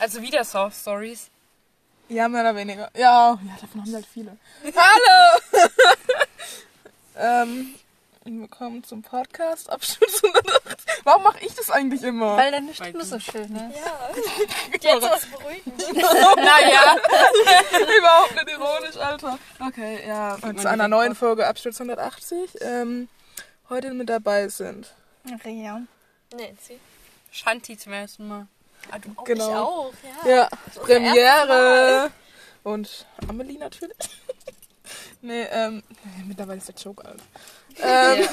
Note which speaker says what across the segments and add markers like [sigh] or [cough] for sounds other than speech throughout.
Speaker 1: Also wieder Soft Stories.
Speaker 2: Ja, mehr oder weniger. Ja, ja davon haben wir halt viele. Hallo! [laughs] ähm, willkommen zum Podcast Abschnitt 108. Warum mache ich das eigentlich immer?
Speaker 3: Weil deine Stimme so schön ne? ist.
Speaker 2: [laughs]
Speaker 4: Ja. Jetzt was beruhigend.
Speaker 1: Naja.
Speaker 2: Überhaupt nicht ironisch, Alter. Okay, ja. Und zu einer neuen Folge Abschnitt 180. Ähm, heute mit dabei sind.
Speaker 3: Ria.
Speaker 4: Nancy.
Speaker 1: Shanti zum ersten Mal.
Speaker 4: Ah, du auch.
Speaker 2: Genau.
Speaker 4: Ich auch, ja.
Speaker 2: Ja,
Speaker 4: unser erstes
Speaker 2: Premiere. Und Amelie natürlich. [laughs] nee, ähm, mittlerweile ist der Joke alt. Ähm,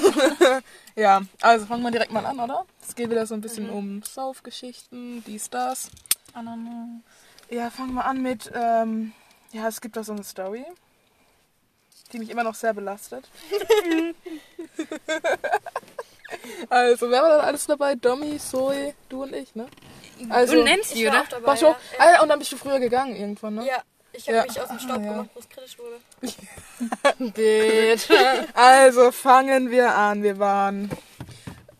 Speaker 2: [laughs] ja, also fangen wir direkt mal an, oder? Es geht wieder so ein bisschen um Saufgeschichten, dies, das.
Speaker 3: Ananas.
Speaker 2: Ja, fangen wir an mit, ähm, ja, es gibt da so eine Story, die mich immer noch sehr belastet. [laughs] also, wer war dann alles dabei? Domi, Zoe, du und ich, ne? Also,
Speaker 1: du nennst
Speaker 4: Ich
Speaker 1: die,
Speaker 4: war
Speaker 1: oder?
Speaker 4: auch dabei,
Speaker 2: Warst du auch,
Speaker 4: ja.
Speaker 2: Ah, und dann bist du früher gegangen irgendwann, ne?
Speaker 4: Ja. ja. Ich habe
Speaker 2: Ja.
Speaker 4: mich aus dem Staub
Speaker 2: Ah, ja.
Speaker 4: gemacht, wo es kritisch wurde.
Speaker 2: [laughs] Also fangen wir an. Wir waren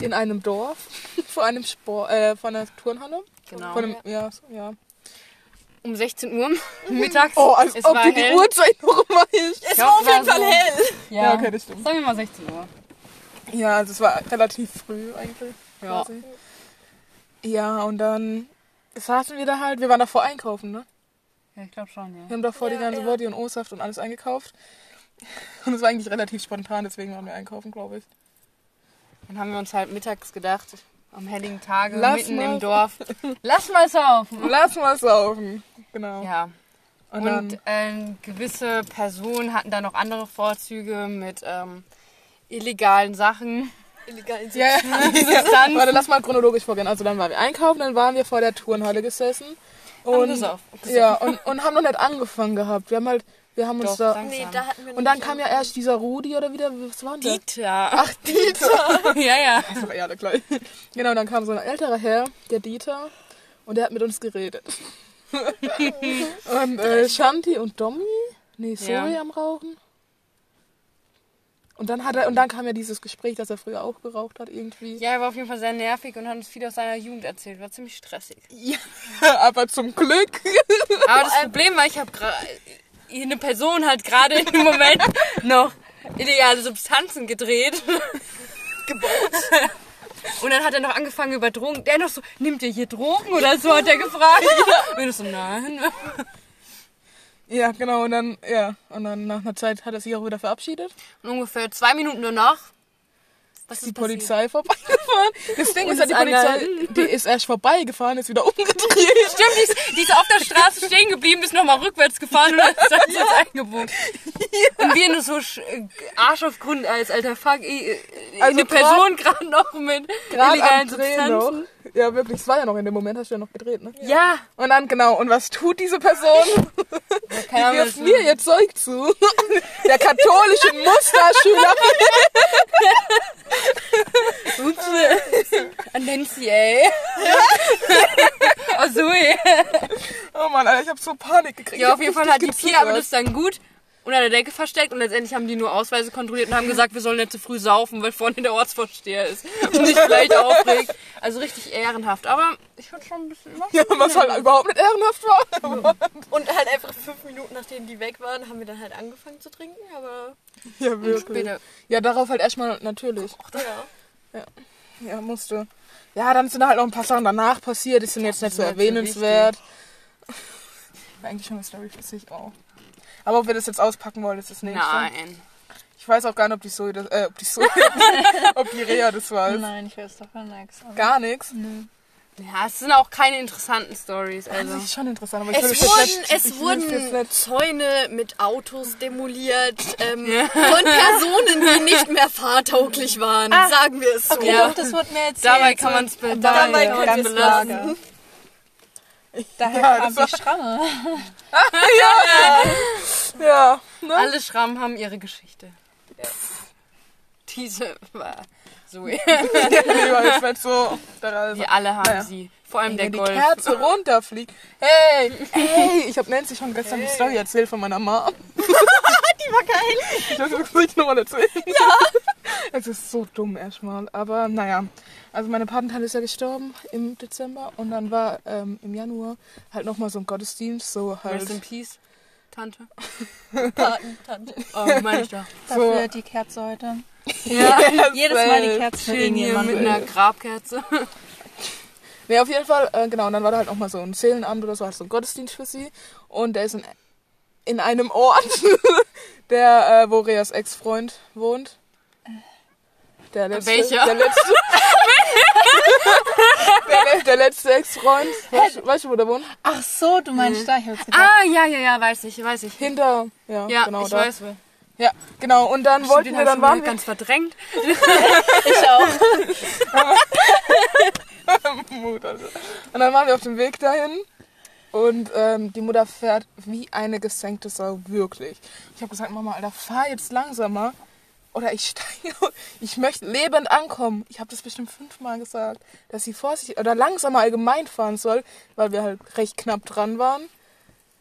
Speaker 2: in einem Dorf [laughs] vor einem Sport, äh, vor einer Turnhalle.
Speaker 1: Genau.
Speaker 2: Vor einem, ja, so, ja.
Speaker 1: Um 16 Uhr mittags.
Speaker 2: Oh, als
Speaker 1: Es
Speaker 2: ob
Speaker 1: war
Speaker 2: dir die
Speaker 1: hell.
Speaker 2: Uhrzeit noch mal ist.
Speaker 1: [laughs]
Speaker 4: Es
Speaker 1: glaub,
Speaker 4: war auf
Speaker 1: war
Speaker 4: jeden Fall
Speaker 1: so.
Speaker 4: hell.
Speaker 2: Ja. okay, das stimmt.
Speaker 1: Sagen wir mal 16 Uhr.
Speaker 2: Ja, also es war relativ früh eigentlich.
Speaker 1: Ja.
Speaker 2: quasi. Ja, und dann saßen wir da halt. Wir waren davor einkaufen, ne?
Speaker 1: Ja, ich glaube schon, ja.
Speaker 2: Wir haben davor
Speaker 4: Ja,
Speaker 2: die ganze
Speaker 4: ja.
Speaker 2: Body und O-Saft und alles eingekauft. [laughs] Und es war eigentlich relativ spontan, deswegen waren wir einkaufen, glaube ich.
Speaker 1: Dann haben wir uns halt mittags gedacht, am helligen Tage,
Speaker 2: Lass
Speaker 1: mitten
Speaker 2: mal.
Speaker 1: im Dorf. [laughs] Lass mal saufen.
Speaker 2: Lass mal saufen. Genau.
Speaker 1: Ja.
Speaker 2: Und, dann,
Speaker 1: Und ähm, gewisse Personen hatten da noch andere Vorzüge mit ähm, illegalen Sachen.
Speaker 4: Illegal in
Speaker 2: ja, ja.
Speaker 1: [laughs] Substanzen.
Speaker 2: Warte, lass mal chronologisch vorgehen. Also dann waren wir einkaufen, dann waren wir vor der Turnhalle gesessen. Und,
Speaker 1: gesoffen.
Speaker 2: ja, und, und haben noch nicht angefangen gehabt. Wir haben halt, wir haben uns
Speaker 1: Doch,
Speaker 2: da.
Speaker 1: danke.
Speaker 4: Nee, da hatten wir
Speaker 2: Und dann kam ja erst dieser Rudi oder wieder, was war denn
Speaker 1: Dieter.
Speaker 2: das?
Speaker 1: [laughs]
Speaker 2: Dieter.
Speaker 1: ja, ja.
Speaker 2: Ach, ja, der gleich. [laughs] Genau, dann kam so ein älterer Herr, der Dieter, und der hat mit
Speaker 1: [laughs]
Speaker 2: uns geredet. und äh, Shanti und Domi, nee, Zoe
Speaker 1: Ja.
Speaker 2: am Rauchen. Und dann, hat er, und dann kam ja dieses Gespräch, dass er früher auch geraucht hat, irgendwie.
Speaker 1: Ja, er war auf jeden Fall sehr nervig und hat uns viel aus seiner Jugend erzählt. War ziemlich stressig.
Speaker 2: [laughs] Ja, aber zum Glück. [laughs]
Speaker 1: Aber das Problem war, ich habe eine Person hat gerade in dem Moment noch illegale Substanzen gedreht. [laughs] Und dann hat er noch angefangen über Drogen. Der noch so, nimmt ihr hier Drogen oder so, hat er [laughs] gefragt. Und ich so, nein.
Speaker 2: Ja, genau, und dann, ja, und dann nach einer Zeit hat er sich auch wieder verabschiedet.
Speaker 1: Und ungefähr zwei Minuten danach. Was
Speaker 2: Die Polizei vorbeigefahren. Das Ding
Speaker 1: Und
Speaker 2: ist ja, die
Speaker 1: ist
Speaker 2: Polizei, die ist erst vorbeigefahren, ist wieder [laughs] umgedreht.
Speaker 1: Stimmt, die ist, die ist auf der Straße stehen geblieben, ist nochmal rückwärts gefahren und ist dann jetzt eingebogen. Und wir nur so sch- äh, Arsch auf Grund als alter Fuck. äh, äh,
Speaker 2: Also
Speaker 1: eine
Speaker 2: grad-
Speaker 1: Person gerade noch mit
Speaker 2: Gerade am
Speaker 1: illegalen
Speaker 2: Drehen
Speaker 1: Substanzen.
Speaker 2: noch. Ja, wirklich, es war ja noch in dem Moment, hast du ja noch gedreht, ne?
Speaker 1: Ja.
Speaker 2: Und dann, genau, und was tut
Speaker 1: [laughs]
Speaker 2: diese Person? Die wirft mir ihr Zeug zu. [laughs] Der
Speaker 1: [laughs]
Speaker 2: katholische Musterschüler.
Speaker 1: [laughs] Ups. Nancy, [laughs] ey. oh, so, ey.
Speaker 2: Oh Mann, Alter, ich hab so Panik gekriegt. Ich
Speaker 1: Ja,
Speaker 2: hab
Speaker 1: auf jeden Fall
Speaker 2: richtig
Speaker 1: hat die Pia aber
Speaker 2: gezittert.
Speaker 1: das dann gut unter der Decke versteckt und letztendlich haben die nur Ausweise kontrolliert und haben gesagt, wir sollen nicht zu früh saufen, weil vorne der Ortsvorsteher ist und sich vielleicht [laughs] aufregt. Also richtig ehrenhaft, aber ich hatte schon ein bisschen was.
Speaker 2: Ja, was halt überhaupt nicht ehrenhaft war.
Speaker 1: [laughs]
Speaker 4: Und halt einfach fünf Minuten, nachdem die weg waren, haben wir dann halt angefangen zu trinken, aber
Speaker 2: Ja, wirklich.
Speaker 1: Bitte.
Speaker 2: Ja, darauf halt erstmal natürlich.
Speaker 1: Oh
Speaker 4: ja.
Speaker 2: Ja, musste. Ja, dann sind halt noch ein paar Sachen danach passiert, die sind jetzt nicht so
Speaker 1: ist nicht so
Speaker 2: erwähnenswert. [laughs] War eigentlich schon eine Story für sich auch. Aber ob wir das jetzt auspacken wollen, ist das nächste.
Speaker 1: Nein.
Speaker 2: Ich weiß auch gar nicht, ob die Zoe das, äh, ob die Zoe, [laughs] ob die Rea das weiß.
Speaker 3: Nein, ich weiß davon nichts. aber-
Speaker 2: Gar nichts.
Speaker 1: Ja, es sind auch keine interessanten Stories. Also.
Speaker 2: Das ist schon interessant, aber ich will das
Speaker 4: Es
Speaker 2: jetzt
Speaker 4: wurden,
Speaker 2: nicht, ich
Speaker 4: es
Speaker 2: will das jetzt
Speaker 4: wurden
Speaker 2: nicht.
Speaker 4: Zäune mit Autos demoliert ähm, von Personen, die nicht mehr fahrtauglich waren,
Speaker 2: Ah.
Speaker 4: sagen wir es so.
Speaker 3: Okay,
Speaker 1: Ja.
Speaker 3: doch, das wird mir
Speaker 1: [laughs]
Speaker 3: jetzt.
Speaker 1: Dabei kann man es
Speaker 3: Dabei
Speaker 4: kann
Speaker 3: kann
Speaker 4: man
Speaker 3: man
Speaker 4: es
Speaker 3: es
Speaker 4: belassen.
Speaker 3: lagen. Daher
Speaker 2: Ja,
Speaker 3: kam
Speaker 2: das war-
Speaker 3: die Schramme.
Speaker 2: Ja, [laughs] ne?
Speaker 1: Alle Schrammen haben ihre Geschichte. Diese war so.
Speaker 2: Ich war jetzt nicht so. Der
Speaker 1: [laughs]
Speaker 2: Reise.
Speaker 1: Wir alle haben
Speaker 2: Naja.
Speaker 1: sie. Vor allem der
Speaker 2: Wenn die
Speaker 1: Golf. [laughs]
Speaker 2: Kerze runterfliegt. Hey, hey, ich habe Nancy schon gestern die Story erzählt von meiner Mama. die war geil. Ich dachte, das muss ich nochmal erzählen. Ja. [laughs] Es ist so dumm erstmal. Aber naja, also meine Patentante ist ja gestorben im Dezember und dann war ähm, im Januar halt nochmal so ein Gottesdienst, so halt.
Speaker 1: Rest in Peace, Tante.
Speaker 3: Paten, Tante.
Speaker 1: Oh, meine ich
Speaker 2: [laughs]
Speaker 1: doch.
Speaker 3: Dafür die Kerze heute.
Speaker 1: Ja,
Speaker 3: Jedes Mal die Kerze für
Speaker 1: chillen hier mit
Speaker 3: irgendjemanden.
Speaker 1: einer
Speaker 2: [laughs]
Speaker 1: Grabkerze.
Speaker 2: Nee, auf jeden Fall, äh, genau, und dann war da halt auch mal so ein Seelenabend oder so, halt so ein Gottesdienst für sie. Und der ist in, in einem Ort, [laughs] der, äh, wo Reas Ex-Freund wohnt. Der letzte,
Speaker 1: Äh, Welcher?
Speaker 2: Der letzte. [laughs] der, le- der letzte Ex-Freund. Weißt, du- weißt du, wo der wohnt?
Speaker 3: Ach so, du meinst da. Ich hab's gedacht.
Speaker 1: Ah, ja, ja, ja, weiß ich, weiß ich.
Speaker 2: Hinter, ja,
Speaker 1: Ja,
Speaker 2: genau
Speaker 1: ich
Speaker 2: da.
Speaker 1: weiß. wo.
Speaker 2: Ja, genau, und dann wollten
Speaker 1: Den hab ich
Speaker 2: wir, dann
Speaker 1: schon
Speaker 2: waren wir,
Speaker 1: ganz verdrängt.
Speaker 3: Ich auch.
Speaker 2: Mut, also. Und dann waren wir auf dem Weg dahin. Und ähm, die Mutter fährt wie eine gesenkte Sau, wirklich. Ich habe gesagt, Mama, Alter, fahr jetzt langsamer. Oder ich [laughs] steige. aus. Ich möchte lebend ankommen. Ich habe das bestimmt fünfmal gesagt, dass sie vorsichtig oder langsamer allgemein fahren soll, weil wir halt recht knapp dran waren.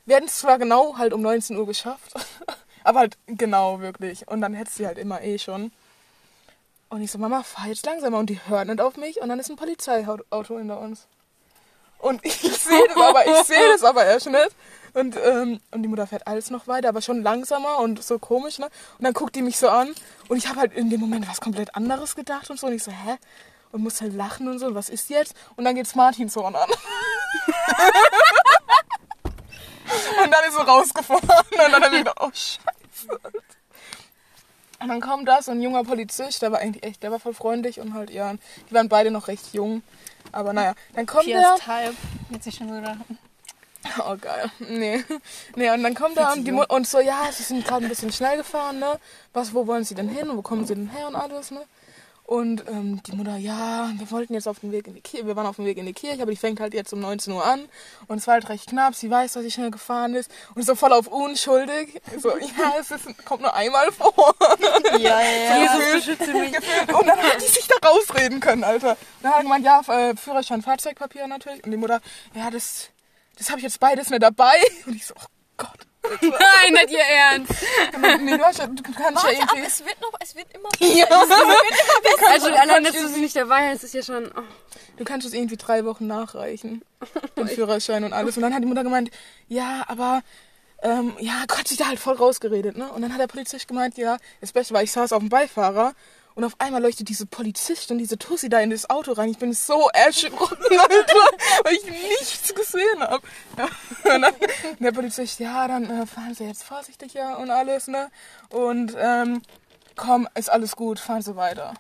Speaker 2: Wir hätten es zwar genau halt um 19 Uhr geschafft, [laughs] aber halt genau, wirklich. Und dann hätte sie halt immer eh schon. Und ich so, Mama, fahr jetzt langsamer. Und die hören nicht auf mich. Und dann ist ein Polizeiauto hinter uns. Und ich sehe das aber, ich sehe das aber erst nicht. Und, ähm, und die Mutter fährt alles noch weiter, aber schon langsamer und so komisch, ne? Und dann guckt die mich so an. Und ich habe halt in dem Moment was komplett anderes gedacht und so. Und ich so, hä? Und muss halt lachen und so. Und was ist jetzt? Und dann geht's Martinshorn an. [laughs] und dann ist sie rausgefahren. Und dann hab ich gedacht, oh, shit. Und dann kam das und ein junger Polizist, der war eigentlich echt, der war voll freundlich und halt, ja, die waren beide noch recht jung. Aber naja, dann kommt er.
Speaker 3: Viereinhalb. Jetzt ich schon so gedacht.
Speaker 2: Oh geil. Nee. Nee, und dann kommt er und, die Mut und so, ja, sie sind gerade ein bisschen schnell gefahren, ne? Was, wo wollen sie denn hin? Wo kommen sie denn her und alles, ne? Und ähm, die Mutter, ja, wir wollten jetzt auf den Weg in die Kirche, wir waren auf dem Weg in die Kirche, aber die fängt halt jetzt um 19 Uhr an und es war halt recht knapp, sie weiß, dass sie schnell gefahren ist und so voll auf unschuldig. So, [laughs] ja, es ist, kommt nur einmal vor. [laughs]
Speaker 3: Ja, ja, ja.
Speaker 1: Jesus beschütze mich.
Speaker 2: gefilmt. Und dann hat die sich da rausreden können, Alter. Und dann hat er gemeint, ja, äh, Führerschein, Fahrzeugpapier natürlich. Und die Mutter, ja, das, das habe ich jetzt beides nicht dabei. [laughs] Und ich so, oh Gott.
Speaker 1: Nein, nicht ihr Ernst.
Speaker 2: Nee, du, hast ja, du kannst ja
Speaker 4: Warte ab,
Speaker 2: irgendwie...
Speaker 4: es wird noch, es wird immer.
Speaker 1: Also allein, dass du sie nicht dabei hast, ist ja schon... Oh.
Speaker 2: Du kannst es irgendwie drei Wochen nachreichen. Den Führerschein und alles. Und dann hat die Mutter gemeint, ja, aber... Ähm, ja, Gott, sich da halt voll rausgeredet, ne? Und dann hat der Polizist gemeint, ja, das Beste war, ich saß auf dem Beifahrer und auf einmal leuchtet diese Polizistin, diese Tussi da in das Auto rein. Ich bin so erschrocken, [laughs] Alter, weil ich nichts gesehen habe. Ja, und dann der Polizist, ja, dann äh, fahren Sie jetzt vorsichtig ja und alles, ne? Und ähm, komm, ist alles gut, fahren Sie weiter.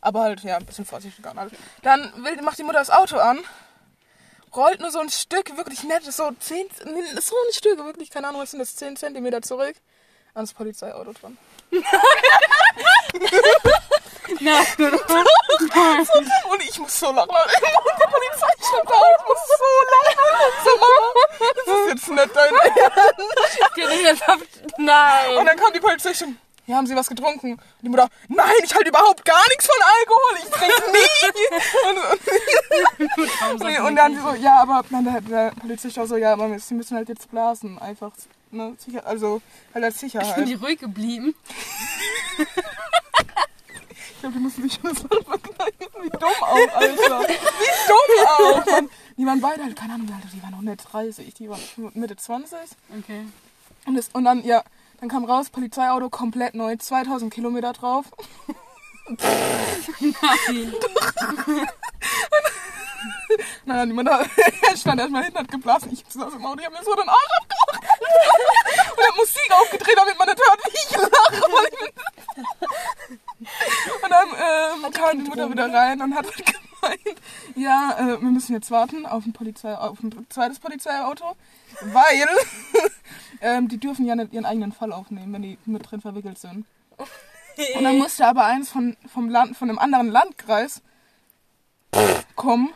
Speaker 2: Aber halt, ja, ein bisschen vorsichtiger und alles. Dann will, macht die Mutter das Auto an, rollt nur so ein Stück, wirklich nett, so, zehn, so ein Stück, wirklich, keine Ahnung, was sind das, 10 Zentimeter zurück, ans Polizeiauto dran. [laughs]
Speaker 1: [laughs]
Speaker 2: Und ich muss so lachen. Und der Polizei schon da. Ich muss so lachen. So, Mama, das ist jetzt nicht dein Ernst.
Speaker 1: Nein.
Speaker 2: Und dann kam die Polizei schon. Ja, haben Sie was getrunken? Und die Mutter, nein, ich halte überhaupt gar nichts von Alkohol. Ich trinke nie. Und, und, und dann sie so, ja, aber dann der, der Polizist auch so, ja, aber Sie müssen halt jetzt blasen. Einfach, ne, sicher, also halt als Sicherheit.
Speaker 1: Sind die ruhig geblieben?
Speaker 2: Ich glaube, die müssen sich schon so vergleichen. Wie dumm auch, Alter. Wie dumm auch. Mann. Die waren beide halt, keine Ahnung, wie alt, die waren noch nicht 30, die waren Mitte 20.
Speaker 1: Okay.
Speaker 2: Und, das, und dann, ja, dann kam raus, Polizeiauto komplett neu, 2000 Kilometer drauf. [laughs] Nein. Nein, niemand hat, [laughs] er stand erstmal hinten, hat geblasen. Ich saß im Auto, ich hab mir so den Arsch abgekocht. Und hab Musik aufgedreht, damit man nicht hört, wie ich lache. Weil ich und dann ähm, kam die Mutter wieder rein und hat halt gemeint, ja, äh, wir müssen jetzt warten auf ein, Polizei, auf ein zweites Polizeiauto, weil ähm, die dürfen ja nicht ihren eigenen Fall aufnehmen, wenn die mit drin verwickelt sind.
Speaker 4: [laughs]
Speaker 2: Und dann musste aber eins von, vom Land, von einem anderen Landkreis kommen.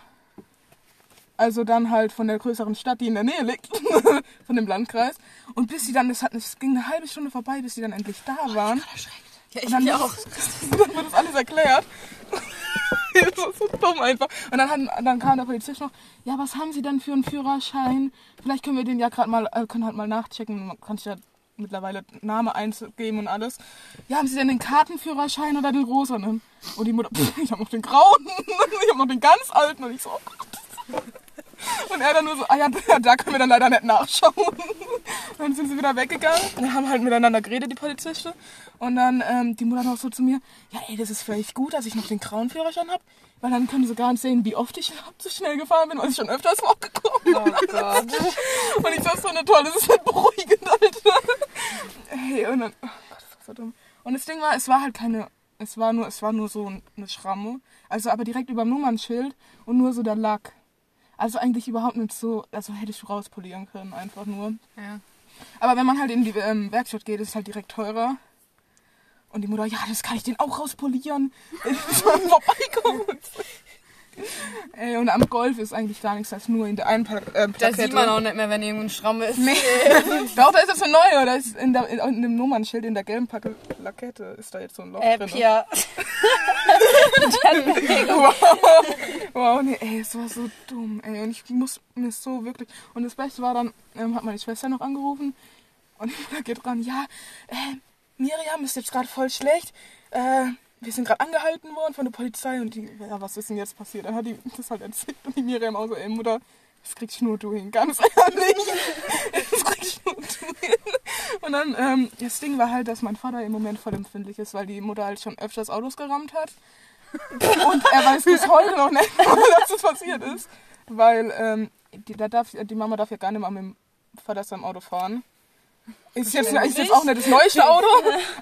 Speaker 2: Also dann halt von der größeren Stadt, die in der Nähe liegt, [laughs] von dem Landkreis. Und bis sie dann, das, hat, das ging eine halbe Stunde vorbei, bis sie dann endlich
Speaker 4: Oh,
Speaker 2: da waren.
Speaker 4: Ja,
Speaker 2: Und dann,
Speaker 4: ich auch.
Speaker 2: [laughs] dann wird das alles erklärt. [laughs] das ist so dumm einfach. Und dann, hat, dann kam der Polizist noch, ja, was haben Sie denn für einen Führerschein? Vielleicht können wir den ja gerade mal, äh, können halt mal nachchecken. Man kann sich ja mittlerweile Name einzugeben und alles. Ja, haben Sie denn den Kartenführerschein oder den rosanen? Und oh, die Mutter, [laughs] pff, ich habe noch den grauen, [laughs] ich habe noch den ganz alten. Und ich so, oh Gott. Und er dann nur so, ah ja, da- da können wir dann leider nicht nachschauen. Dann sind sie wieder weggegangen und haben halt miteinander geredet, die Polizisten. Und dann ähm, die Mutter noch so zu mir, ja ey, das ist vielleicht gut, dass ich noch den grauen Führerschein habe, weil dann können sie gar nicht sehen, wie oft ich [laughs] überhaupt so schnell gefahren bin, weil ich schon öfters hochgekommen bin.
Speaker 3: Oh Gott.
Speaker 2: Und ich dachte so, na toll, das ist halt beruhigend, Alter. Hey, und dann, oh Gott, das war so dumm. Und das Ding war, es war halt keine, es war nur, es war nur so eine Schramme. Also aber direkt über dem Nummernschild und nur so der Lack. Also eigentlich überhaupt nicht so, also hätte ich rauspolieren können, einfach nur.
Speaker 1: Ja.
Speaker 2: Aber wenn man halt in die ähm, Werkstatt geht, ist es halt direkt teurer. Und die Mutter, ja, das kann ich den auch rauspolieren, [laughs] wenn ich mal vorbeikomme. Ey, und am Golf ist eigentlich gar nichts als nur in der einen pa äh,
Speaker 1: Da
Speaker 2: Plakette.
Speaker 1: sieht man auch nicht mehr, wenn irgendein Schramm ist.
Speaker 2: Nee. Doch, da ist das eine neue. Da ist in, der, in, in dem Nummernschild in der gelben Packe Plakette ist da jetzt so ein Loch
Speaker 3: Äh,
Speaker 2: drin.
Speaker 3: Pia.
Speaker 2: Wow, nee, ey, es war so dumm, ey. Und ich muss mir so wirklich. Und das Beste war dann, ähm, hat meine Schwester noch angerufen. Und die Mutter geht ran, ja, äh, Miriam ist jetzt gerade voll schlecht. Äh, wir sind gerade angehalten worden von der Polizei. Und die, ja, was ist denn jetzt passiert? Dann hat die das halt erzählt. Und die Miriam auch so, ey, Mutter, das kriegst nur du hin, ganz
Speaker 1: [laughs]
Speaker 2: ehrlich. Das kriegst nur du hin. Und dann, ähm, das Ding war halt, dass mein Vater im Moment voll empfindlich ist, weil die Mutter halt schon öfters Autos gerammt hat. Und er weiß bis heute noch nicht, [laughs] dass das passiert ist. Weil ähm, die, da darf, die Mama darf ja gar nicht mal mit dem Vater seinem Auto fahren. Ist jetzt, ist jetzt auch nicht das neueste Auto,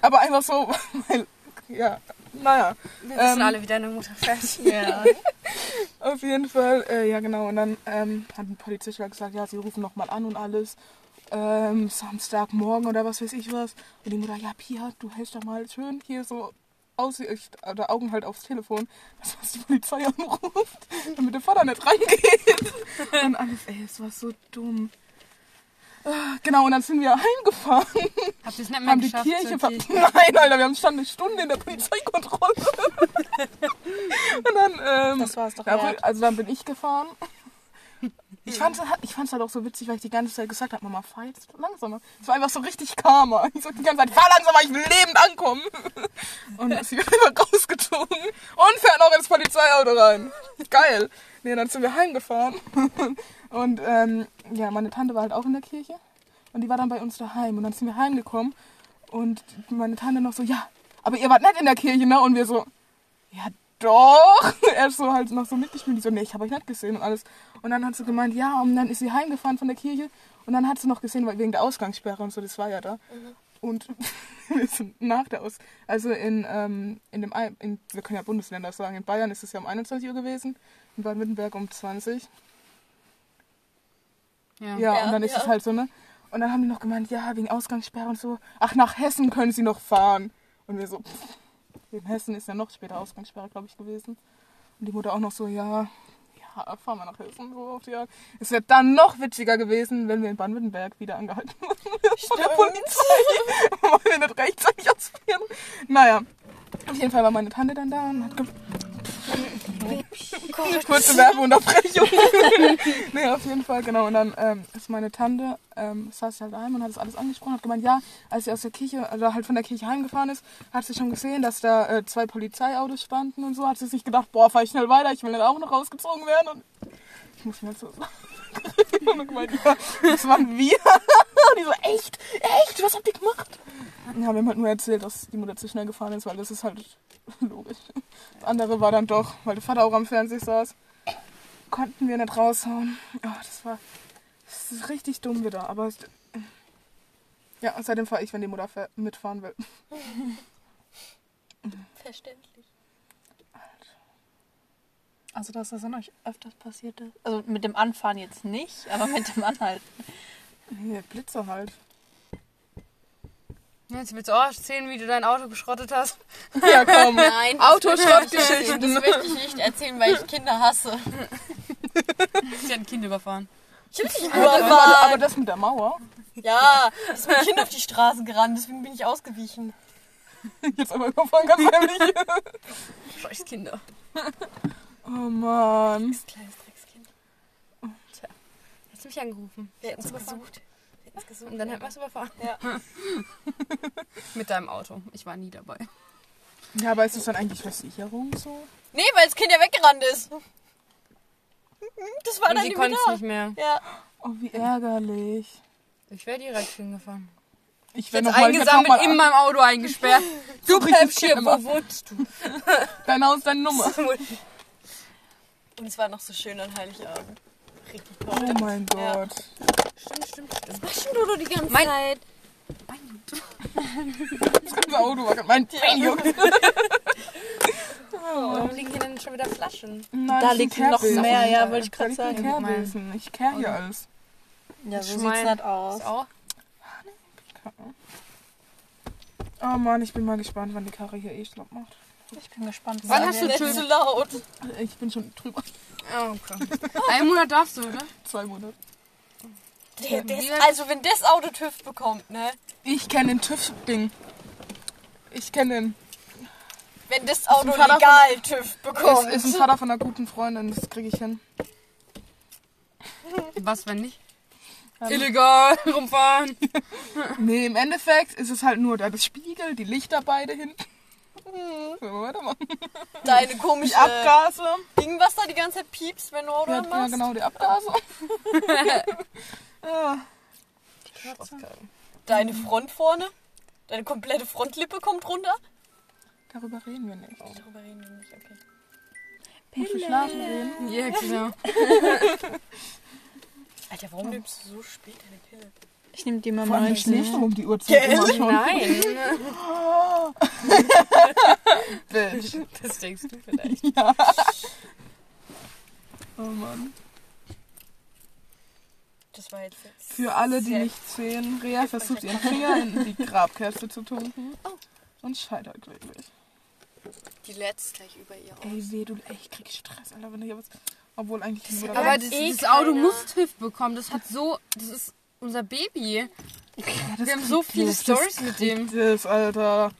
Speaker 2: aber einfach so, [laughs] weil, ja, naja.
Speaker 1: Wir wissen
Speaker 2: Ähm,
Speaker 1: alle, wie deine Mutter fährt.
Speaker 3: [laughs] Ja.
Speaker 2: Auf jeden Fall, äh, ja genau. Und dann ähm, hat ein Polizist halt gesagt, ja, sie rufen nochmal an und alles. Ähm, Samstagmorgen oder was weiß ich was. Und die Mutter, ja, Pia, du hältst doch mal schön hier so Aussicht oder Augen halt aufs Telefon, dass was die Polizei [laughs] anruft, damit der Vater nicht reingeht. Und alles, ey, es war so dumm. Ah, Genau, und dann sind wir heimgefahren,
Speaker 1: Habt ihr es nicht mehr
Speaker 2: haben die
Speaker 1: geschafft?
Speaker 2: Kirche
Speaker 1: zur
Speaker 2: ver... [laughs] Nein, Alter, wir haben standen eine Stunde in der Polizeikontrolle. [laughs] und dann, ähm,
Speaker 3: Das war's doch.
Speaker 2: ja,
Speaker 3: Ja,
Speaker 2: aber- also dann bin ich gefahren. Ich fand's, ich fand's halt auch so witzig, weil ich die ganze Zeit gesagt habe, Mama, fahr jetzt langsamer. Es war einfach so richtig Karma. [laughs] Ich sag die ganze Zeit, fahr langsamer, ich will lebend ankommen. [laughs] Und dann ist sie einfach rausgezogen und fährt noch ins Polizeiauto rein. Geil. Nee, dann sind wir heimgefahren. [laughs] Und ähm, ja, meine Tante war halt auch in der Kirche. Und die war dann bei uns daheim. Und dann sind wir heimgekommen. Und meine Tante noch so, ja, aber ihr wart nicht in der Kirche, ne? Und wir so, ja doch. [laughs] Er ist so halt noch so mitgespielt. Die so, nee, ich habe euch nicht gesehen und alles. Und dann hat sie gemeint, ja, und dann ist sie heimgefahren von der Kirche. Und dann hat sie noch gesehen, weil wegen der Ausgangssperre und so, das war ja da. Und [laughs] wir sind nach der Aus... Also in, ähm, in dem... Ei- In, wir können ja Bundesländer sagen. In Bayern ist es ja um 21 Uhr gewesen. In Baden-Württemberg um 20.
Speaker 1: Ja.
Speaker 2: Ja,
Speaker 4: Ja,
Speaker 2: und dann ist
Speaker 4: ja.
Speaker 2: es halt so, ne? Und dann haben die noch gemeint, ja, wegen Ausgangssperre und so. Ach, nach Hessen können sie noch fahren. Und wir so, pff, in Hessen ist ja noch später Ausgangssperre, glaube ich, gewesen. Und die Mutter auch noch so, ja, ja, fahren wir nach Hessen. So auf die Art. Es wäre dann noch witziger gewesen, wenn wir in Baden-Württemberg wieder angehalten [laughs] wurden von der Polizei. [laughs] Weil wir nicht rechtzeitig ausprobieren. Naja, auf jeden Fall war meine Tante dann da und hat ge [laughs] Kurze Werbeunterbrechung. nee, auf jeden Fall, genau. Und dann ähm, ist meine Tante, ähm, saß sie halt daheim und hat das alles angesprochen, hat gemeint, ja, als sie aus der Kirche, also halt von der Kirche heimgefahren ist, hat sie schon gesehen, dass da äh, zwei Polizeiautos standen und so, hat sie sich gedacht, boah, fahr ich schnell weiter, ich will nicht auch noch rausgezogen werden. Und ich muss mir jetzt so [laughs] sagen. Und gemeint, ja, das waren wir. [laughs] Und die so, echt, echt, was habt ihr gemacht? Ja, wir haben halt nur erzählt, dass die Mutter zu schnell gefahren ist, weil das ist halt logisch. Das andere war dann doch, weil der Vater auch am Fernseher saß, konnten wir nicht raushauen. Oh, das war das ist richtig dumm wieder, aber es, ja, und seitdem fahre ich, wenn die Mutter fähr- mitfahren will.
Speaker 4: Verständlich.
Speaker 3: Also, dass das an euch öfters passierte. Also, mit dem Anfahren jetzt nicht, aber mit dem Anhalten.
Speaker 2: Nee, Blitzer halt.
Speaker 1: Jetzt willst du auch erzählen, wie du dein Auto geschrottet hast.
Speaker 2: [laughs] Ja, [laughs] komm.
Speaker 4: Nein,
Speaker 2: Autoschrottgeschichten.
Speaker 4: Das möchte ich nicht erzählen, weil ich Kinder hasse.
Speaker 1: Ich ein Kind überfahren.
Speaker 4: Ich hab dich
Speaker 2: Aber, Ah, aber,
Speaker 4: überfahren.
Speaker 2: aber das mit der Mauer, [laughs]
Speaker 4: Ja, ist mein Kind auf die Straßen gerannt, deswegen bin ich ausgewichen.
Speaker 2: jetzt aber überfahren ganz heimlich.
Speaker 1: Scheiß Kinder.
Speaker 2: [laughs] Oh Mann.
Speaker 4: Kleines Dreckskind.
Speaker 1: Hast du mich angerufen?
Speaker 4: Wir hätten es versucht. jetzt gesucht.
Speaker 1: Und dann hätten wir es überfahren.
Speaker 4: Ja.
Speaker 1: Mit deinem Auto. Ich war nie dabei.
Speaker 2: Ja, aber ist das dann eigentlich Versicherung so?
Speaker 4: Nee, weil das Kind ja weggerannt ist. Das war
Speaker 1: Und
Speaker 4: dann
Speaker 1: sie
Speaker 4: die
Speaker 1: konnte es
Speaker 4: Mutter.
Speaker 1: nicht mehr.
Speaker 4: Ja.
Speaker 2: Oh, wie ärgerlich.
Speaker 1: Ich wäre direkt hingefahren.
Speaker 2: Ich
Speaker 1: Jetzt
Speaker 2: werde
Speaker 1: eingesammelt, in meinem Auto
Speaker 2: [laughs]
Speaker 1: eingesperrt.
Speaker 2: Du
Speaker 1: Päppchen, wo [laughs] wohnst du?
Speaker 2: Dein Haus, deine [laughs] Nummer.
Speaker 4: Und es war noch so schön an Heiligabend. Richtig toll.
Speaker 2: Oh mein Gott.
Speaker 1: Stimmt, stimmt, stimmt.
Speaker 3: Was machst du denn die ganze
Speaker 1: Mein-
Speaker 3: Zeit?
Speaker 2: Das ganze Auto war gerade mein Bein juckt.
Speaker 1: Warum liegen hier denn schon wieder Flaschen?
Speaker 2: Nein,
Speaker 4: Da
Speaker 2: das
Speaker 4: liegt
Speaker 2: sind
Speaker 4: noch
Speaker 2: Kerbesen.
Speaker 4: mehr, ja,
Speaker 1: ja,
Speaker 4: wollte ich
Speaker 2: Da
Speaker 4: gerade
Speaker 2: liegt ein
Speaker 4: sagen.
Speaker 2: Kerbesen. Ich kehr hier alles.
Speaker 4: Ja, so
Speaker 1: Schwein.
Speaker 4: sieht's
Speaker 3: halt
Speaker 4: nicht aus.
Speaker 1: Ist auch.
Speaker 2: Oh Mann, ich bin mal gespannt, wann die Karre hier eh schlapp macht.
Speaker 4: Ich bin gespannt.
Speaker 1: Wann hast du
Speaker 4: Nicht
Speaker 1: Tschüss?
Speaker 4: zu laut?
Speaker 2: Ich bin schon drüber. [laughs]
Speaker 1: Oh, okay. [laughs] Einen Monat darfst du, oder?
Speaker 2: Zwei Monate.
Speaker 4: Der, der ist,
Speaker 1: Wir-
Speaker 4: also wenn das Auto TÜV bekommt, ne?
Speaker 2: Ich kenne den TÜV-Ding. Ich kenne den.
Speaker 4: Wenn das Auto
Speaker 2: ein Vater von-
Speaker 4: legal TÜV bekommt.
Speaker 2: Ist, ist ein Vater von einer guten Freundin, das kriege ich hin.
Speaker 1: Was, wenn nicht?
Speaker 2: Ähm.
Speaker 1: Illegal [laughs]
Speaker 2: [laughs]
Speaker 1: rumfahren.
Speaker 2: Nee, im Endeffekt ist es halt nur der Spiegel, die Lichter beide [laughs] hinten. Sollen wir weitermachen?
Speaker 4: deine
Speaker 2: Die
Speaker 4: komische
Speaker 2: Abgase.
Speaker 4: Ding, was da die ganze Zeit piepst, wenn du Auto
Speaker 2: Ja, ja,
Speaker 4: anmachst.
Speaker 2: genau, die [laughs] Abgase. ja.
Speaker 4: Deine Front vorne. Deine komplette Frontlippe kommt runter.
Speaker 2: Darüber reden wir nicht.
Speaker 4: Darüber reden wir nicht, okay.
Speaker 2: Muss ich schlafen gehen?
Speaker 1: Ja, genau.
Speaker 4: Alter, warum nimmst du so spät deine Pille?
Speaker 3: Ich nehme die mal
Speaker 2: Vor allem ich nicht um die [laughs] Uhrzeit immer schon.
Speaker 1: Nein.
Speaker 2: [laughs] Bitch.
Speaker 1: Das denkst du vielleicht.
Speaker 2: Oh Mann.
Speaker 4: Das war jetzt. jetzt-
Speaker 2: Für alle, die nicht sehen, Rea versucht ihren Finger in die Grabkerze zu [laughs] tunken. Und scheitert glücklich.
Speaker 3: Die lädst gleich über ihr auf.
Speaker 2: Ey, weh, du, ey, ich krieg Stress, Alter, wenn du hier was. Obwohl eigentlich nur
Speaker 1: Aber
Speaker 2: das,
Speaker 1: das,
Speaker 3: eh
Speaker 1: das Auto
Speaker 3: keiner.
Speaker 1: muss TÜV bekommen. Das hat so. Das ist unser Baby. Wir haben so viele
Speaker 2: das
Speaker 1: Stories mit dem.
Speaker 2: das, Alter.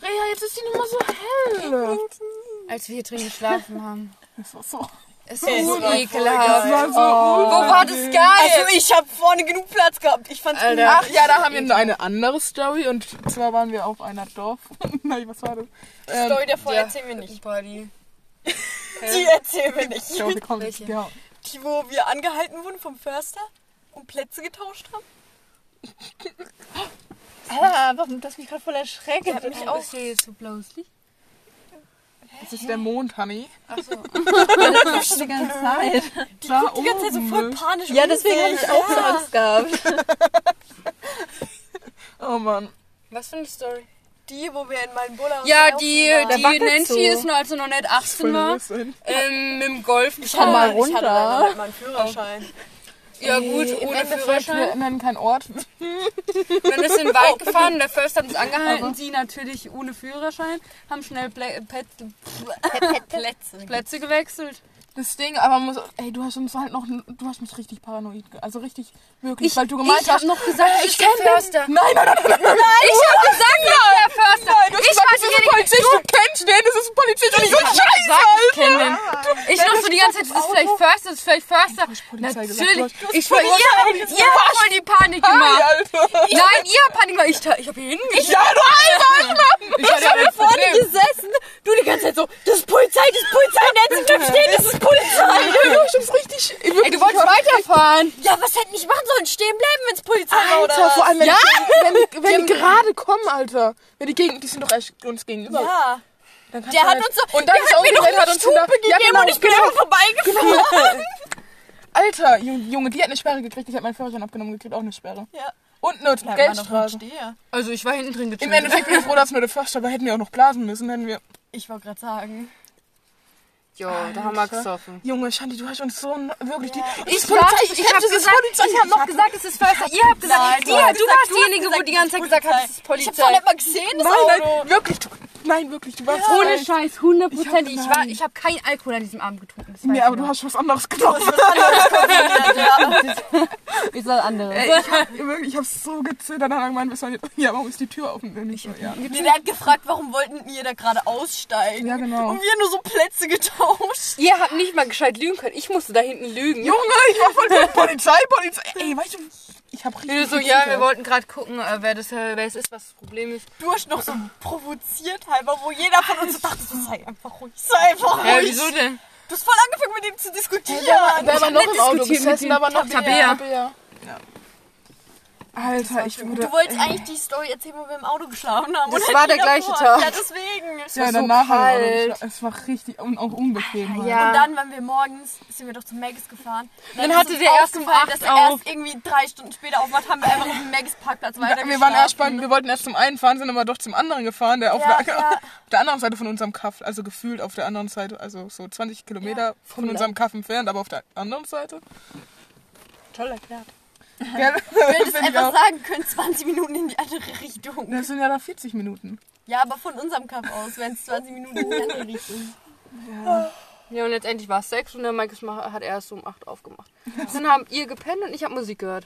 Speaker 2: Rea, jetzt ist die Nummer so hell.
Speaker 1: Als wir hier drin geschlafen [laughs] haben.
Speaker 2: Das war so.
Speaker 1: Es
Speaker 4: Es
Speaker 1: ist so
Speaker 4: war voll
Speaker 2: Das
Speaker 1: ekelhaft.
Speaker 2: Oh. war so.
Speaker 1: Wo war das geil?
Speaker 4: Also ich hab vorne genug Platz gehabt. Ich fand's
Speaker 1: Alter.
Speaker 4: mega-
Speaker 2: Ach ja, da haben wir noch eine andere Story und zwar waren wir auf einer Dorf. [laughs] Nein, was war das?
Speaker 4: Die
Speaker 3: ähm,
Speaker 4: Story davor
Speaker 1: ja. Oh,
Speaker 4: erzählen wir nicht.
Speaker 1: Party.
Speaker 4: Die erzählen wir nicht.
Speaker 2: Story kommt.
Speaker 1: Welche?
Speaker 2: Ja.
Speaker 4: [laughs] Die, wo wir angehalten wurden vom Förster und Plätze getauscht haben.
Speaker 3: Ah, warum? Du hast mich gerade voll erschreckt.
Speaker 4: Der hat mich auch.
Speaker 1: Ist hier jetzt so blaues Licht?
Speaker 2: Das ist der Mond, Honey. [laughs]
Speaker 1: Achso.
Speaker 3: die ganze Zeit.
Speaker 4: Die
Speaker 2: Da
Speaker 4: guckt die ganze Zeit so
Speaker 2: oben,
Speaker 4: voll
Speaker 2: ne?
Speaker 4: panisch.
Speaker 3: Oh, Ja, deswegen habe ich auch so Angst gehabt.
Speaker 2: Oh Mann.
Speaker 1: Was für eine Story?
Speaker 4: Die, wo wir in meinem Bulla
Speaker 1: Ja, die,
Speaker 3: Da
Speaker 1: die
Speaker 3: wackelt
Speaker 1: Nancy
Speaker 3: so.
Speaker 1: ist noch, als sie noch nicht 18 war, ähm, mit dem Golf
Speaker 3: Komm mal
Speaker 4: Ich hatte
Speaker 3: runter.
Speaker 4: leider nicht mal einen Führerschein.
Speaker 1: Ja gut,
Speaker 2: Im
Speaker 1: ohne
Speaker 2: Endeffekt,
Speaker 1: Führerschein.
Speaker 2: wir nennen keinen Ort.
Speaker 1: Dann ist sie in den
Speaker 2: [laughs]
Speaker 1: Wald
Speaker 2: Oh.
Speaker 1: gefahren und der Förster hat uns angehalten. Sie natürlich ohne Führerschein, haben schnell Plä Pät-
Speaker 4: Äh, Plätze.
Speaker 1: Plätze gewechselt.
Speaker 2: Das Ding, aber muss, ey, du hast uns halt noch, du hast mich richtig paranoid, ge- also richtig wirklich, weil du gemeint
Speaker 1: ich hab
Speaker 2: hast, Äh,
Speaker 1: noch gesagt, ich, ich
Speaker 2: kenn
Speaker 1: der Förster.
Speaker 2: nein, nein, nein, nein, nein,
Speaker 1: Ich hab gesagt, ich der Förster.
Speaker 2: du hast
Speaker 1: ich
Speaker 2: gesagt,
Speaker 1: hab
Speaker 2: das ist ein
Speaker 1: dir
Speaker 2: Polizist, du kennst den, das ist ein Polizist, und ich so, scheiße,
Speaker 1: gesagt, ich kenn den. Ich noch so die ganze Zeit, das ist vielleicht Förster, das ist vielleicht Förster.
Speaker 2: Polizei gesagt,
Speaker 1: Natürlich.
Speaker 2: du hast-
Speaker 1: Ich voll, ihr, ihr habt voll die Panik gemacht.
Speaker 2: Alter.
Speaker 1: Nein, ihr habt Panik gemacht. Ich, ta- ich hab hier hingeschickt.
Speaker 2: Ja, du Alter,
Speaker 1: Ich hatte ja ein
Speaker 4: Vorne
Speaker 1: Problem.
Speaker 4: gesessen, du die ganze Zeit so, das ist Polizei, das ist Polizei, Nancy bleibt stehen, das ist Polizei.
Speaker 2: du hast uns richtig,
Speaker 1: Ey, du wolltest weiterfahren.
Speaker 4: Ja, was hätten ich machen sollen? Stehen bleiben, wenn es Polizei war oder
Speaker 2: Alter, vor
Speaker 4: was?
Speaker 2: allem, wenn, die, wenn, die, wenn die gerade kommen, Alter, wenn die Gegend, die sind doch echt uns gegenüber.
Speaker 4: Ja,
Speaker 2: Dann kannst
Speaker 4: der
Speaker 2: du
Speaker 4: hat
Speaker 2: halt-
Speaker 4: uns so,
Speaker 2: und dann
Speaker 4: der
Speaker 2: ist
Speaker 4: hat mir noch
Speaker 2: umgedreht,
Speaker 4: eine Stupe
Speaker 2: da-
Speaker 4: gegeben
Speaker 2: ja, genau,
Speaker 4: und ich bin
Speaker 2: genau.
Speaker 4: einfach vorbeigefahren.
Speaker 2: Alter, Ju- Junge, die hat eine Sperre gekriegt. Ich hab meinen Führerschein abgenommen und gekriegt auch eine Sperre.
Speaker 4: Ja.
Speaker 2: Und eine Geldstrafe.
Speaker 1: Also ich war hinten drin
Speaker 2: Im
Speaker 1: gezogen.
Speaker 2: Endeffekt bin ich froh, dass nur der Förster war. Hätten wir auch noch blasen müssen, hätten wir.
Speaker 4: Ich wollte gerade sagen.
Speaker 1: Jo, da haben wir gesoffen.
Speaker 2: Junge, Shanti, du hast uns so n- wirklich die.
Speaker 1: Ich, war, ich, ich habe gesagt, ich hab noch gesagt, es ist Förster. Ihr habt gesagt,
Speaker 4: Nein,
Speaker 1: ihr,
Speaker 4: du
Speaker 1: du
Speaker 4: hast gesagt,
Speaker 1: warst
Speaker 4: du
Speaker 1: diejenige,
Speaker 4: hast
Speaker 1: wo die ganze Zeit gesagt hat, es ist
Speaker 4: Ich
Speaker 1: Polizei.
Speaker 4: hab's doch nicht mal gesehen, das
Speaker 2: Nein,
Speaker 4: Auto.
Speaker 2: nein, wirklich, du, nein, wirklich, du warst.
Speaker 1: Ohne Scheiß, hundertprozentig.
Speaker 2: Ich
Speaker 1: Ich,
Speaker 2: hab-
Speaker 1: war, ich habe keinen Alkohol an diesem Abend getrunken. Das
Speaker 2: Nee, aber du hast was anderes genommen.
Speaker 1: Ich soll andere.
Speaker 2: Ey, ich, hab, [laughs] wirklich, ich hab so gezittert. Dann hat er gemeint, wir sollen jetzt. Ja, warum ist die Tür offen? Und ich so, ja.
Speaker 4: Nee, der hat gefragt, warum wollten ihr da gerade aussteigen?
Speaker 2: Ja, genau.
Speaker 4: Und wir nur so Plätze getauscht.
Speaker 1: Ihr habt nicht mal gescheit lügen können. Ich musste da hinten lügen.
Speaker 2: Junge, ich war voll Polizei, Polizei. Ey, weißt du, ich habe richtig.
Speaker 1: Nee, so,
Speaker 2: viel
Speaker 1: ja, wir
Speaker 2: zugehört.
Speaker 1: wollten gerade gucken, äh, wer, das, äh, wer es ist, was das Problem ist.
Speaker 3: Du hast noch so provoziert halber, wo jeder von uns so dachte, so sei einfach ruhig, sei einfach ruhig.
Speaker 1: Ja, wieso denn?
Speaker 3: Du hast voll angefangen mit ihm zu diskutieren.
Speaker 2: Wer war noch im Auto
Speaker 1: diskutiert mit
Speaker 2: gesessen?
Speaker 1: dem
Speaker 2: Da war noch
Speaker 1: Tabea.
Speaker 2: Tabea. Alter, ich wurde.
Speaker 4: Du wolltest eigentlich die Story erzählen, wo wir im Auto geschlafen haben.
Speaker 1: äh, Das
Speaker 4: oder
Speaker 1: war
Speaker 4: die
Speaker 1: der gleiche
Speaker 4: davor.
Speaker 1: Tag.
Speaker 4: Ja, deswegen.
Speaker 2: ja,
Speaker 1: war so
Speaker 2: danach war ich auch
Speaker 1: kalt.
Speaker 2: noch geschlafen. Es war richtig und auch unbequem. halt.
Speaker 1: Ja.
Speaker 4: Und dann waren wir morgens, sind wir doch zum Maggis gefahren.
Speaker 1: Dann
Speaker 4: ist
Speaker 1: hatte
Speaker 4: uns
Speaker 1: der erst um
Speaker 4: aufgefallen,
Speaker 1: acht
Speaker 4: dass er
Speaker 1: auf.
Speaker 4: erst irgendwie drei Stunden später aufwacht, haben wir einfach auf dem Maggis Parkplatz weiter
Speaker 2: Ja, wir waren erst beim, wir wollten erst zum einen fahren, sind aber doch zum anderen gefahren, der auf,
Speaker 4: Ja,
Speaker 2: der,
Speaker 4: ja.
Speaker 2: [laughs] auf der anderen Seite von unserem Kaff, also gefühlt auf der anderen Seite, also so 20 Kilometer von unserem Kaff entfernt, aber auf der anderen [laughs] Seite.
Speaker 3: Toll erklärt.
Speaker 2: Ja,
Speaker 4: Du hättest
Speaker 2: finde ich
Speaker 4: einfach
Speaker 2: auch.
Speaker 4: sagen können, 20 Minuten in die andere Richtung.
Speaker 2: Das sind ja da 40 Minuten.
Speaker 4: Ja, aber von unserem Kampf aus wären es 20 Minuten in
Speaker 1: [laughs]
Speaker 4: die andere Richtung.
Speaker 1: Ja, und letztendlich war es sechs und der Mike hat erst um acht aufgemacht. Dann haben ihr gepennt und ich habe Musik gehört.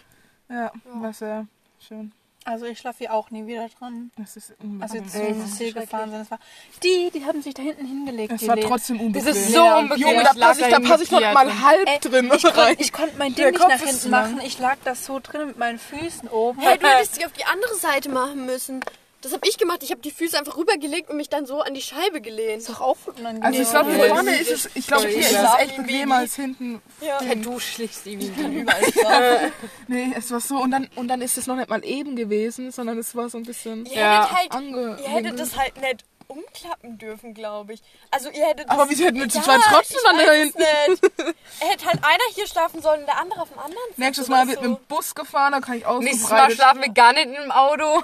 Speaker 2: Ja, war sehr schön.
Speaker 3: Also ich schlafe hier auch nie wieder dran.
Speaker 2: Das Oh, ist
Speaker 3: Also
Speaker 2: unbequem.
Speaker 3: jetzt so ins Ziel gefahren sind. Das war die, die haben sich da hinten hingelegt.
Speaker 2: es
Speaker 3: die
Speaker 2: war
Speaker 3: Läden.
Speaker 2: trotzdem unbequem.
Speaker 1: Das ist so
Speaker 3: Ja,
Speaker 1: unbequem.
Speaker 2: Junge, da passe ich, da pass ich noch
Speaker 1: lag
Speaker 2: mal
Speaker 1: da
Speaker 2: halb
Speaker 3: Ey,
Speaker 2: drin
Speaker 3: Ich
Speaker 2: rein.
Speaker 3: konnte ich konnt mein
Speaker 2: Der ne?
Speaker 3: Ding nicht
Speaker 2: Kopf ist
Speaker 3: nach
Speaker 2: zu
Speaker 3: hinten
Speaker 2: lang.
Speaker 3: machen. Ich lag das so drin mit meinen Füßen oben.
Speaker 4: Hey, du hättest dich auf die andere Seite machen müssen. Das habe ich gemacht. Ich habe die Füße einfach rübergelegt und mich dann so an die Scheibe gelehnt.
Speaker 3: Ist doch auch unangenehm.
Speaker 2: also ich glaube,
Speaker 1: Nee, das
Speaker 2: vorne
Speaker 1: ist
Speaker 2: ist es, ich glaube,
Speaker 1: echt
Speaker 2: hier ist
Speaker 1: schlimm.
Speaker 2: es echt bequemer als hinten.
Speaker 1: Ja, du schlichst irgendwie.
Speaker 2: Nee, es war so, und dann, und dann ist es noch nicht mal eben gewesen, sondern es war so ein bisschen...
Speaker 4: Ihr
Speaker 1: Ja.
Speaker 4: hättet halt,
Speaker 2: Ange
Speaker 4: ihr hättet das halt nicht umklappen dürfen, glaube ich. Also ihr hättet
Speaker 2: Aber
Speaker 4: das-
Speaker 2: wieso hätten wir zu zweit trotzdem
Speaker 4: ich
Speaker 2: dann
Speaker 4: weiß
Speaker 2: dahin?
Speaker 4: es nicht.
Speaker 2: [laughs]
Speaker 4: Er hätte halt einer hier schlafen sollen und der andere auf dem anderen.
Speaker 2: Nächstes
Speaker 4: Oder
Speaker 2: Mal wird
Speaker 4: so.
Speaker 2: mit dem Bus gefahren, da kann ich auch
Speaker 1: Nächstes Mal schlafen wir gar nicht im Auto.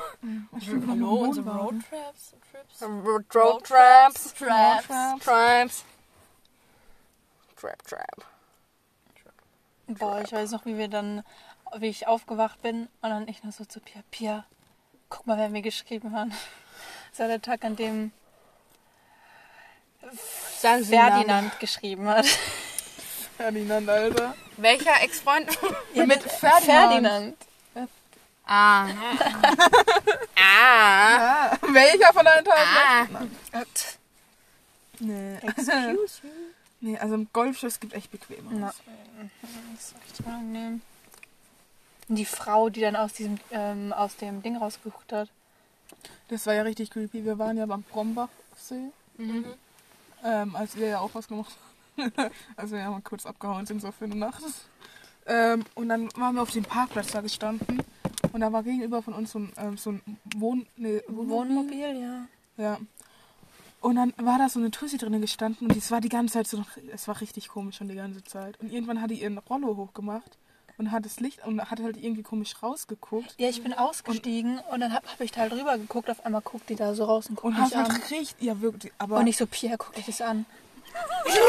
Speaker 4: Hallo, unsere Roadtraps. Trips.
Speaker 1: Road Tramps.
Speaker 4: Traps.
Speaker 1: Tramps. Trap, Trap.
Speaker 3: Boah, ich weiß noch, wie wir dann, wie ich aufgewacht bin und dann ich noch so zu Pia, Pia, guck mal, wer mir geschrieben hat. Das war der Tag, an dem
Speaker 1: Sagen Sie Namen.
Speaker 3: Ferdinand geschrieben hat.
Speaker 2: Ferdinand, Alter.
Speaker 1: Welcher Ex-Freund?
Speaker 2: mit Ferdinand.
Speaker 1: [laughs] ah. ah.
Speaker 2: Ah, welcher von deinen Teilen?
Speaker 1: Ah.
Speaker 2: Nee. [laughs] nee, also im Golfschiff gibt echt bequemer.
Speaker 3: Na. Das ist richtig unangenehm. Und die Frau, die dann aus diesem, ähm, aus dem Ding rausgeguckt hat.
Speaker 2: Das war ja richtig creepy. Wir waren ja beim Brombachsee,
Speaker 3: Mhm.
Speaker 2: ähm, als wir ja auch was gemacht haben. [laughs] also wir haben mal kurz abgehauen sind so für eine Nacht. Ähm, und dann waren wir auf dem Parkplatz da gestanden und da war gegenüber von uns so ein, ähm, so ein Wohn... Nee, Wohnmobil.
Speaker 3: ja.
Speaker 2: Ja. Und dann war da so eine Tussi drin gestanden und es war die ganze Zeit so noch, es war richtig komisch schon die ganze Zeit. Und irgendwann hat die ihren Rollo hochgemacht und hat das Licht und hat halt irgendwie komisch rausgeguckt
Speaker 3: Ja, ich bin ausgestiegen und, dann habe hab ich da halt rüber geguckt. Auf einmal guckt die da so raus und guckt
Speaker 2: und
Speaker 3: mich
Speaker 2: hat
Speaker 3: an.
Speaker 2: halt richtig, ja wirklich, aber
Speaker 3: Und ich so, Pia, guck dich das an.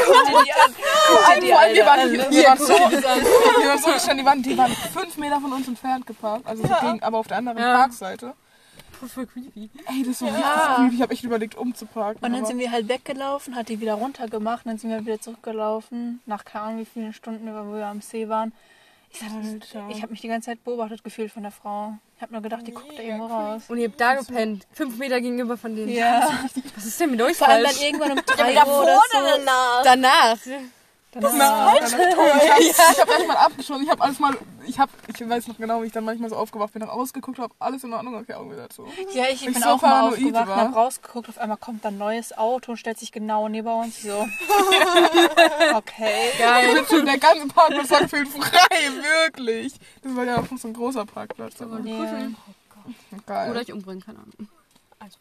Speaker 2: vor allem, vor allem wir
Speaker 3: also
Speaker 2: waren, wir waren so, [laughs] wir waren so gestanden, die waren, die waren fünf Meter von uns entfernt geparkt, also so gegen, aber auf der anderen Parkseite.
Speaker 1: Voll creepy.
Speaker 2: Ey, das war richtig creepy, ich habe echt überlegt umzuparken.
Speaker 3: Und dann
Speaker 2: aber-
Speaker 3: sind wir halt weggelaufen, hat die wieder runtergemacht, und dann sind wir wieder zurückgelaufen, nach keine Ahnung wie vielen Stunden, über wo wir am See waren. Ich, sag,
Speaker 2: Alter.
Speaker 3: ich habe mich die ganze Zeit beobachtet gefühlt von der Frau. Ich habe nur gedacht, die guckt da irgendwo raus.
Speaker 1: Und ihr habt da gepennt. Fünf Meter gegenüber von denen.
Speaker 3: [laughs] Ja,
Speaker 1: Was ist denn mit euch
Speaker 3: vor allem dann
Speaker 1: falsch?
Speaker 2: [laughs]
Speaker 3: irgendwann um drei Uhr
Speaker 4: Davor
Speaker 3: oder
Speaker 4: oder
Speaker 3: so.
Speaker 4: danach?
Speaker 1: Danach.
Speaker 2: Na, dann hab ich
Speaker 3: [laughs]
Speaker 2: tot. Ich habe hab echt mal abgeschossen. Ich habe alles mal, ich habe, ich weiß noch genau, wie ich dann manchmal so aufgewacht bin, habe rausgeguckt, habe alles in Ordnung, okay, Augen wieder zu.
Speaker 3: Ja, ich,
Speaker 2: Ich
Speaker 3: bin
Speaker 2: so
Speaker 3: auch mal
Speaker 2: paranoid
Speaker 3: aufgewacht und
Speaker 2: war.
Speaker 3: habe rausgeguckt, auf einmal kommt ein neues Auto und stellt sich genau neben
Speaker 2: [laughs]
Speaker 3: uns so. okay.
Speaker 2: Ich bin schon [laughs] der ganze Parkplatz war gefühlt frei, wirklich. Das war ja auch so ein großer Parkplatz. Aber
Speaker 3: Ja.
Speaker 2: geil.
Speaker 1: Oder ich umbringen, keine Ahnung.
Speaker 4: Also,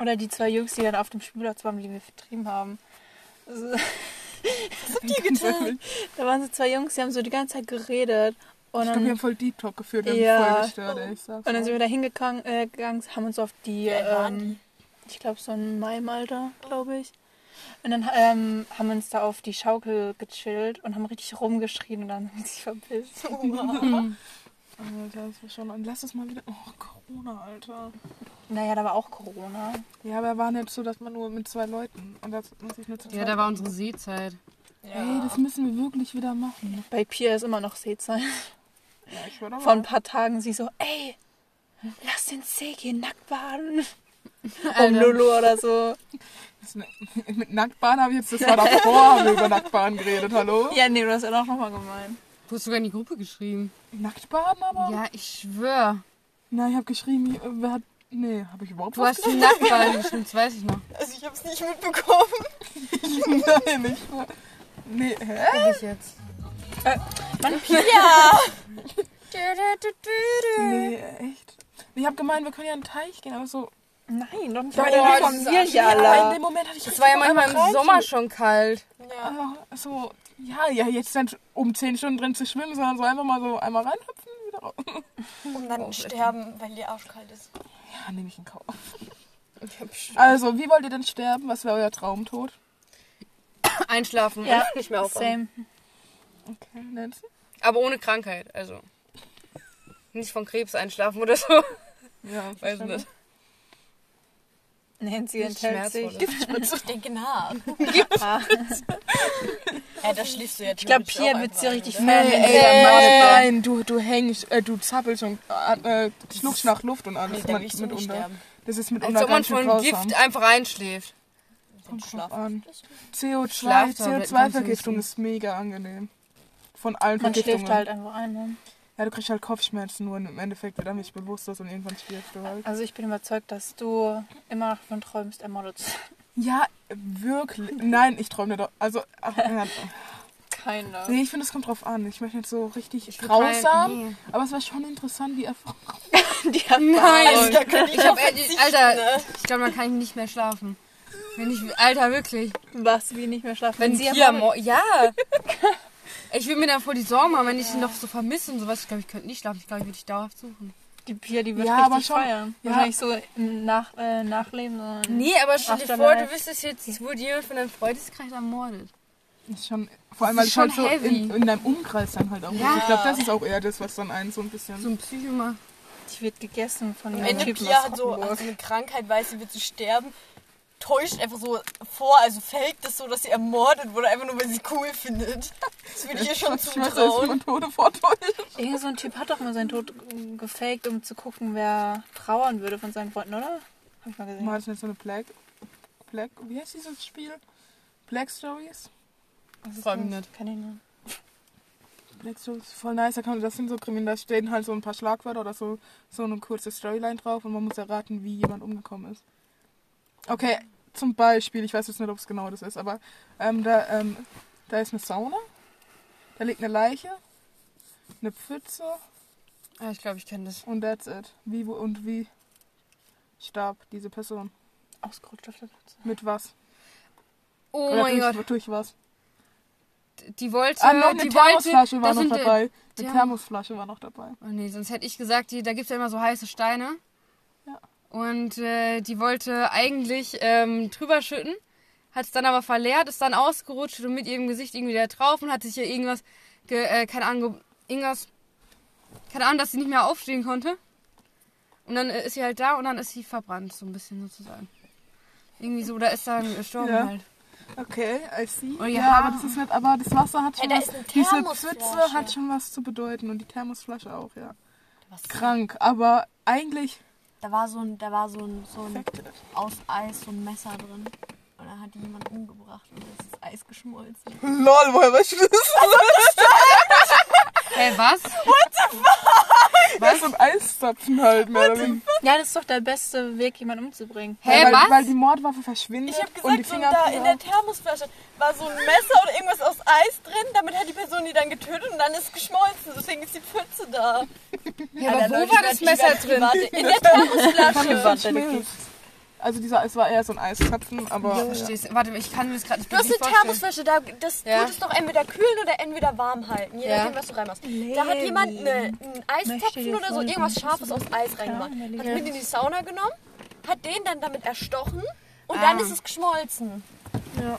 Speaker 3: Oder die zwei Jungs, die dann auf dem Spielplatz waren, die wir vertrieben haben. Also, [laughs]
Speaker 2: die [laughs] getan. Ich
Speaker 3: Da waren so zwei Jungs, die haben so die ganze Zeit geredet. Und
Speaker 2: glaube, wir
Speaker 3: dann,
Speaker 2: haben voll Deep Talk geführt, wir
Speaker 3: Ja.
Speaker 2: haben voll gestört, ey, ich sag's.
Speaker 3: und dann sind
Speaker 2: euch.
Speaker 3: wir da hingegangen, äh, gegangen, haben uns auf die,
Speaker 4: alt waren
Speaker 3: ähm, ich glaube so ein Maimalter, glaube ich. Und dann ähm, haben wir uns da auf die Schaukel gechillt und haben richtig rumgeschrien und dann haben sie
Speaker 2: [laughs]
Speaker 3: sich [laughs] verpisst.
Speaker 2: Alter, Oh, das war schon. Und lass es mal wieder. Oh, Corona, Alter.
Speaker 3: Naja, da war auch Corona.
Speaker 2: Ja, aber war nicht so, dass man nur mit zwei Leuten. Und das muss ich nur zu
Speaker 1: Ja, da war unsere Seezeit.
Speaker 2: Ey, das müssen wir wirklich wieder machen.
Speaker 3: Bei Pia ist immer noch Seezeit.
Speaker 2: Ja, ich war da
Speaker 3: Vor ein paar Tagen sie so, ey, lass den See gehen, nackt [laughs] baden. Um Lulu oder so.
Speaker 2: Das ist [laughs] eine- Mit Nacktbahn habe ich jetzt, das war davor, haben wir über Nacktbahn geredet, hallo?
Speaker 3: Ja, nee, du hast ja auch nochmal gemeint.
Speaker 1: Du hast sogar in die Gruppe geschrieben.
Speaker 2: Nacktbaden aber?
Speaker 1: Ja, ich schwöre.
Speaker 2: Nein, ich habe geschrieben, ich- äh, wer hat. Nee, habe ich überhaupt
Speaker 1: Du
Speaker 2: was
Speaker 1: hast die Nachbarn geschrieben, das weiß ich noch.
Speaker 4: Also ich habe es nicht mitbekommen.
Speaker 2: [laughs] geschrieben? Nein, nicht mal. Nee, hä?
Speaker 1: Guck ich jetzt.
Speaker 2: Nee, echt? Nee, Ich habe gemeint, wir können ja in den Teich gehen, aber so.
Speaker 3: Nein, doch nicht.
Speaker 2: Boah,
Speaker 3: Boah,
Speaker 1: das
Speaker 3: von
Speaker 1: ist
Speaker 3: mir hier
Speaker 2: Aber in
Speaker 3: alle.
Speaker 2: dem Moment hatte ich.
Speaker 1: Es war ja manchmal im Sommer schon kalt.
Speaker 2: Aber so, ja, ja, jetzt dann um 10 Stunden drin zu schwimmen, sondern so einfach mal so einmal reinhüpfen. Wieder raus.
Speaker 4: Um dann sterben, weil die arschkalt ist.
Speaker 2: Ja, nehme ich in Kauf.
Speaker 1: Ich hab schon-
Speaker 2: Also, wie wollt ihr denn sterben? Was wäre euer Traumtod?
Speaker 1: Einschlafen.
Speaker 3: Ja,
Speaker 1: Nicht mehr aufwachen.
Speaker 3: Same.
Speaker 2: Okay, Nancy?
Speaker 1: Aber ohne Krankheit, also. Nicht von Krebs einschlafen oder so.
Speaker 2: Ja,
Speaker 1: Weiß nicht.
Speaker 3: Nancy
Speaker 1: Nicht
Speaker 3: enthält sich.
Speaker 1: schmerzvoll.
Speaker 4: Ich
Speaker 2: [laughs]
Speaker 4: denke nach.
Speaker 3: Ah,
Speaker 4: Ja, da schläfst du jetzt.
Speaker 3: Ich glaube, Pia wird sie richtig
Speaker 2: Nee,
Speaker 3: feiern. wenn sie
Speaker 2: ey,
Speaker 3: am Mauer
Speaker 2: nein,
Speaker 3: bleibt.
Speaker 2: nein, du, du hängst, äh, du zappelst und äh, äh, schnuppst nach Luft und alles.
Speaker 4: Da will
Speaker 2: mit,
Speaker 4: ich so nicht
Speaker 2: mitunter.
Speaker 4: sterben.
Speaker 2: Das ist mitunter
Speaker 1: Als ob man
Speaker 2: ganz schön
Speaker 1: von
Speaker 2: grausam.
Speaker 1: Gift einfach einschläft.
Speaker 4: Den
Speaker 2: Kommt
Speaker 4: Schlaf.
Speaker 2: drauf an. CO2,
Speaker 1: Schlaftabletten kannst du nicht
Speaker 2: CO2-Vergiftung
Speaker 1: nehmen.
Speaker 2: ist mega angenehm. Von allen
Speaker 3: Man
Speaker 2: Vergiftungen.
Speaker 3: schläft halt einfach ein. Ne?
Speaker 2: Ja, du kriegst halt Kopfschmerzen nur und im Endeffekt wird er nicht bewusstlos und irgendwann stirbst du halt.
Speaker 3: Also ich bin überzeugt, dass du immer noch davon träumst, ermordet zu werden.
Speaker 2: Ja, wirklich. Nein, ich träume doch. Also,
Speaker 1: [laughs]
Speaker 2: ach, ja.
Speaker 3: Keine.
Speaker 2: nee, ich finde, es kommt drauf an. Ich möchte jetzt so richtig
Speaker 1: Ich will
Speaker 2: grausam,
Speaker 1: kein- nee.
Speaker 2: aber es war schon interessant, die Erfahrung.
Speaker 1: Nein!
Speaker 3: Also
Speaker 4: Da könnte ich
Speaker 1: Ich hab, äh, Alter, ich glaube, man kann nicht mehr schlafen. Wenn ich, Alter, wirklich.
Speaker 3: Was, wie nicht mehr schlafen?
Speaker 1: Wenn sie
Speaker 3: ermordet-
Speaker 1: ja, ja. Ich will mir dann voll die Sorgen machen, wenn ich ihn noch so vermisse und sowas. Ich glaube, ich könnte nicht schlafen. Ich glaube, ich würde dich dauerhaft suchen.
Speaker 3: Die Pia, die wird
Speaker 2: Ja,
Speaker 3: richtig
Speaker 2: aber schon-
Speaker 3: feiern.
Speaker 2: ja.
Speaker 3: Wahrscheinlich so im nach, äh, nachleben. sondern-
Speaker 1: Nee, aber stell dir
Speaker 3: Afterlife.
Speaker 1: vor, du wüsstest jetzt, es wurde jemand von deinem Freundeskreis ermordet.
Speaker 2: Das ist schon, vor allem,
Speaker 1: Das
Speaker 2: weil
Speaker 1: ist
Speaker 2: ich halt
Speaker 1: schon
Speaker 2: so in,
Speaker 1: heavy.
Speaker 2: in deinem Umkreis dann halt auch.
Speaker 1: Ja.
Speaker 2: Ich glaube, das ist auch eher das, was dann einen so ein bisschen. [laughs]
Speaker 1: So ein Psychoma.
Speaker 3: Die wird gegessen von
Speaker 4: Am
Speaker 3: dem
Speaker 4: Ende
Speaker 3: Typen
Speaker 4: Pia
Speaker 3: aus
Speaker 4: hat so,
Speaker 3: Rottenburg.
Speaker 4: hat so eine Krankheit, weiß sie wird sie sterben, täuscht einfach so vor, also faked es so, dass sie ermordet wurde, einfach nur weil sie cool findet. Das würde ich ihr schon
Speaker 2: ich weiß, das ist
Speaker 4: zutrauen.
Speaker 2: von Tode vortäuscht.
Speaker 3: Irgend so ein Typ hat doch mal seinen Tod äh, gefaked, um zu gucken, wer trauern würde von seinen Freunden, oder? Hab ich mal gesehen.
Speaker 2: Mal das nicht so eine Black. Black. Wie heißt dieses Spiel? Black Stories?
Speaker 3: Was ist
Speaker 1: frag mich
Speaker 3: das?
Speaker 1: nicht.
Speaker 3: Kann ich nicht.
Speaker 2: Black Stories, voll nice. Da kann man, das sind so Kriminelle, da stehen halt so ein paar Schlagwörter oder so, so eine kurze Storyline drauf und man muss erraten, wie jemand umgekommen ist. Okay, zum Beispiel, ich weiß jetzt nicht, ob es genau das ist, aber ähm, da, ähm, da ist eine Sauna, da liegt eine Leiche, eine Pfütze
Speaker 1: Ah, ich glaube, ich kenne das.
Speaker 2: und that's it. Wie wo- und wie starb diese Person?
Speaker 3: Ausgerutscht auf der Plätze.
Speaker 2: Mit was?
Speaker 1: Oh
Speaker 2: Oder
Speaker 1: mein
Speaker 2: durch,
Speaker 1: Gott.
Speaker 2: durch was?
Speaker 1: Die wollte.
Speaker 2: Ah, noch eine
Speaker 1: die
Speaker 2: Thermosflasche
Speaker 1: wollte.
Speaker 2: war
Speaker 1: das
Speaker 2: noch
Speaker 1: sind-
Speaker 2: dabei. Eine
Speaker 1: Therm-
Speaker 2: Thermosflasche war noch dabei.
Speaker 1: Oh nee, sonst hätte ich gesagt, die, da gibt es ja immer so heiße Steine.
Speaker 2: Ja.
Speaker 1: Und äh, die wollte eigentlich ähm, drüber schütten, hat es dann aber verleert, ist dann ausgerutscht und mit ihrem Gesicht irgendwie da drauf und hat sich hier irgendwas, ge, äh, keine Ahnung, ge- irgendwas, keine Ahnung, dass sie nicht mehr aufstehen konnte. Und dann äh, ist sie halt da und dann ist sie verbrannt, so ein bisschen sozusagen. Irgendwie so, oder ist dann gestorben
Speaker 2: Ja.
Speaker 1: halt.
Speaker 2: Okay, I see.
Speaker 1: Oh ja.
Speaker 2: ja. aber das ist nicht, aber das Wasser hat schon
Speaker 4: Ey, da
Speaker 2: was,
Speaker 4: ist eine
Speaker 2: diese
Speaker 4: Thermosflasche.
Speaker 2: Pfütze hat schon was zu bedeuten und die Thermosflasche auch, ja. Krank, aber eigentlich
Speaker 4: Da war so ein, da war so ein, so ein
Speaker 2: perfekt.
Speaker 4: aus Eis so ein Messer drin. Und da hat die jemand umgebracht und da ist das Eis geschmolzen.
Speaker 2: Lol, woher weißt du das? [laughs]
Speaker 1: Hä, was?
Speaker 2: Das ist ein Eiszapfen halt, mehr oder weniger.
Speaker 3: Ja, das ist doch der beste Weg, jemanden umzubringen.
Speaker 1: Hä,
Speaker 2: weil,
Speaker 1: was?
Speaker 2: weil die Mordwaffe verschwindet
Speaker 4: Ich habe
Speaker 2: und die
Speaker 4: gesagt, so
Speaker 2: Finger
Speaker 4: da in der Thermosflasche war so ein Messer oder irgendwas aus Eis drin. Damit hat die Person die dann getötet und dann ist es geschmolzen. Deswegen ist die Pfütze da.
Speaker 1: Ja, aber wo war das Messer drin?
Speaker 4: In der Thermosflasche.
Speaker 2: Privat- schmilzt. Also dieser, es war eher so ein Eiszapfen, aber
Speaker 1: Ich versteh's. Warte, mal, ich kann mir das gerade nicht
Speaker 4: Du hast eine
Speaker 1: vorstellen.
Speaker 4: Thermosflasche, da, das
Speaker 1: Ja.
Speaker 4: tut es doch entweder kühlen oder entweder warm halten, je
Speaker 1: Ja.
Speaker 4: nachdem, was du reinmachst. Da hat jemand eine, einen
Speaker 3: Möchte dir
Speaker 4: Eistopfen oder so,
Speaker 3: vorlesen,
Speaker 4: irgendwas Scharfes aus Eis reingemacht.
Speaker 3: Überlegung.
Speaker 4: Hat mit in die Sauna genommen, hat den dann damit erstochen und dann
Speaker 1: Ah.
Speaker 4: ist es geschmolzen.
Speaker 2: Ja.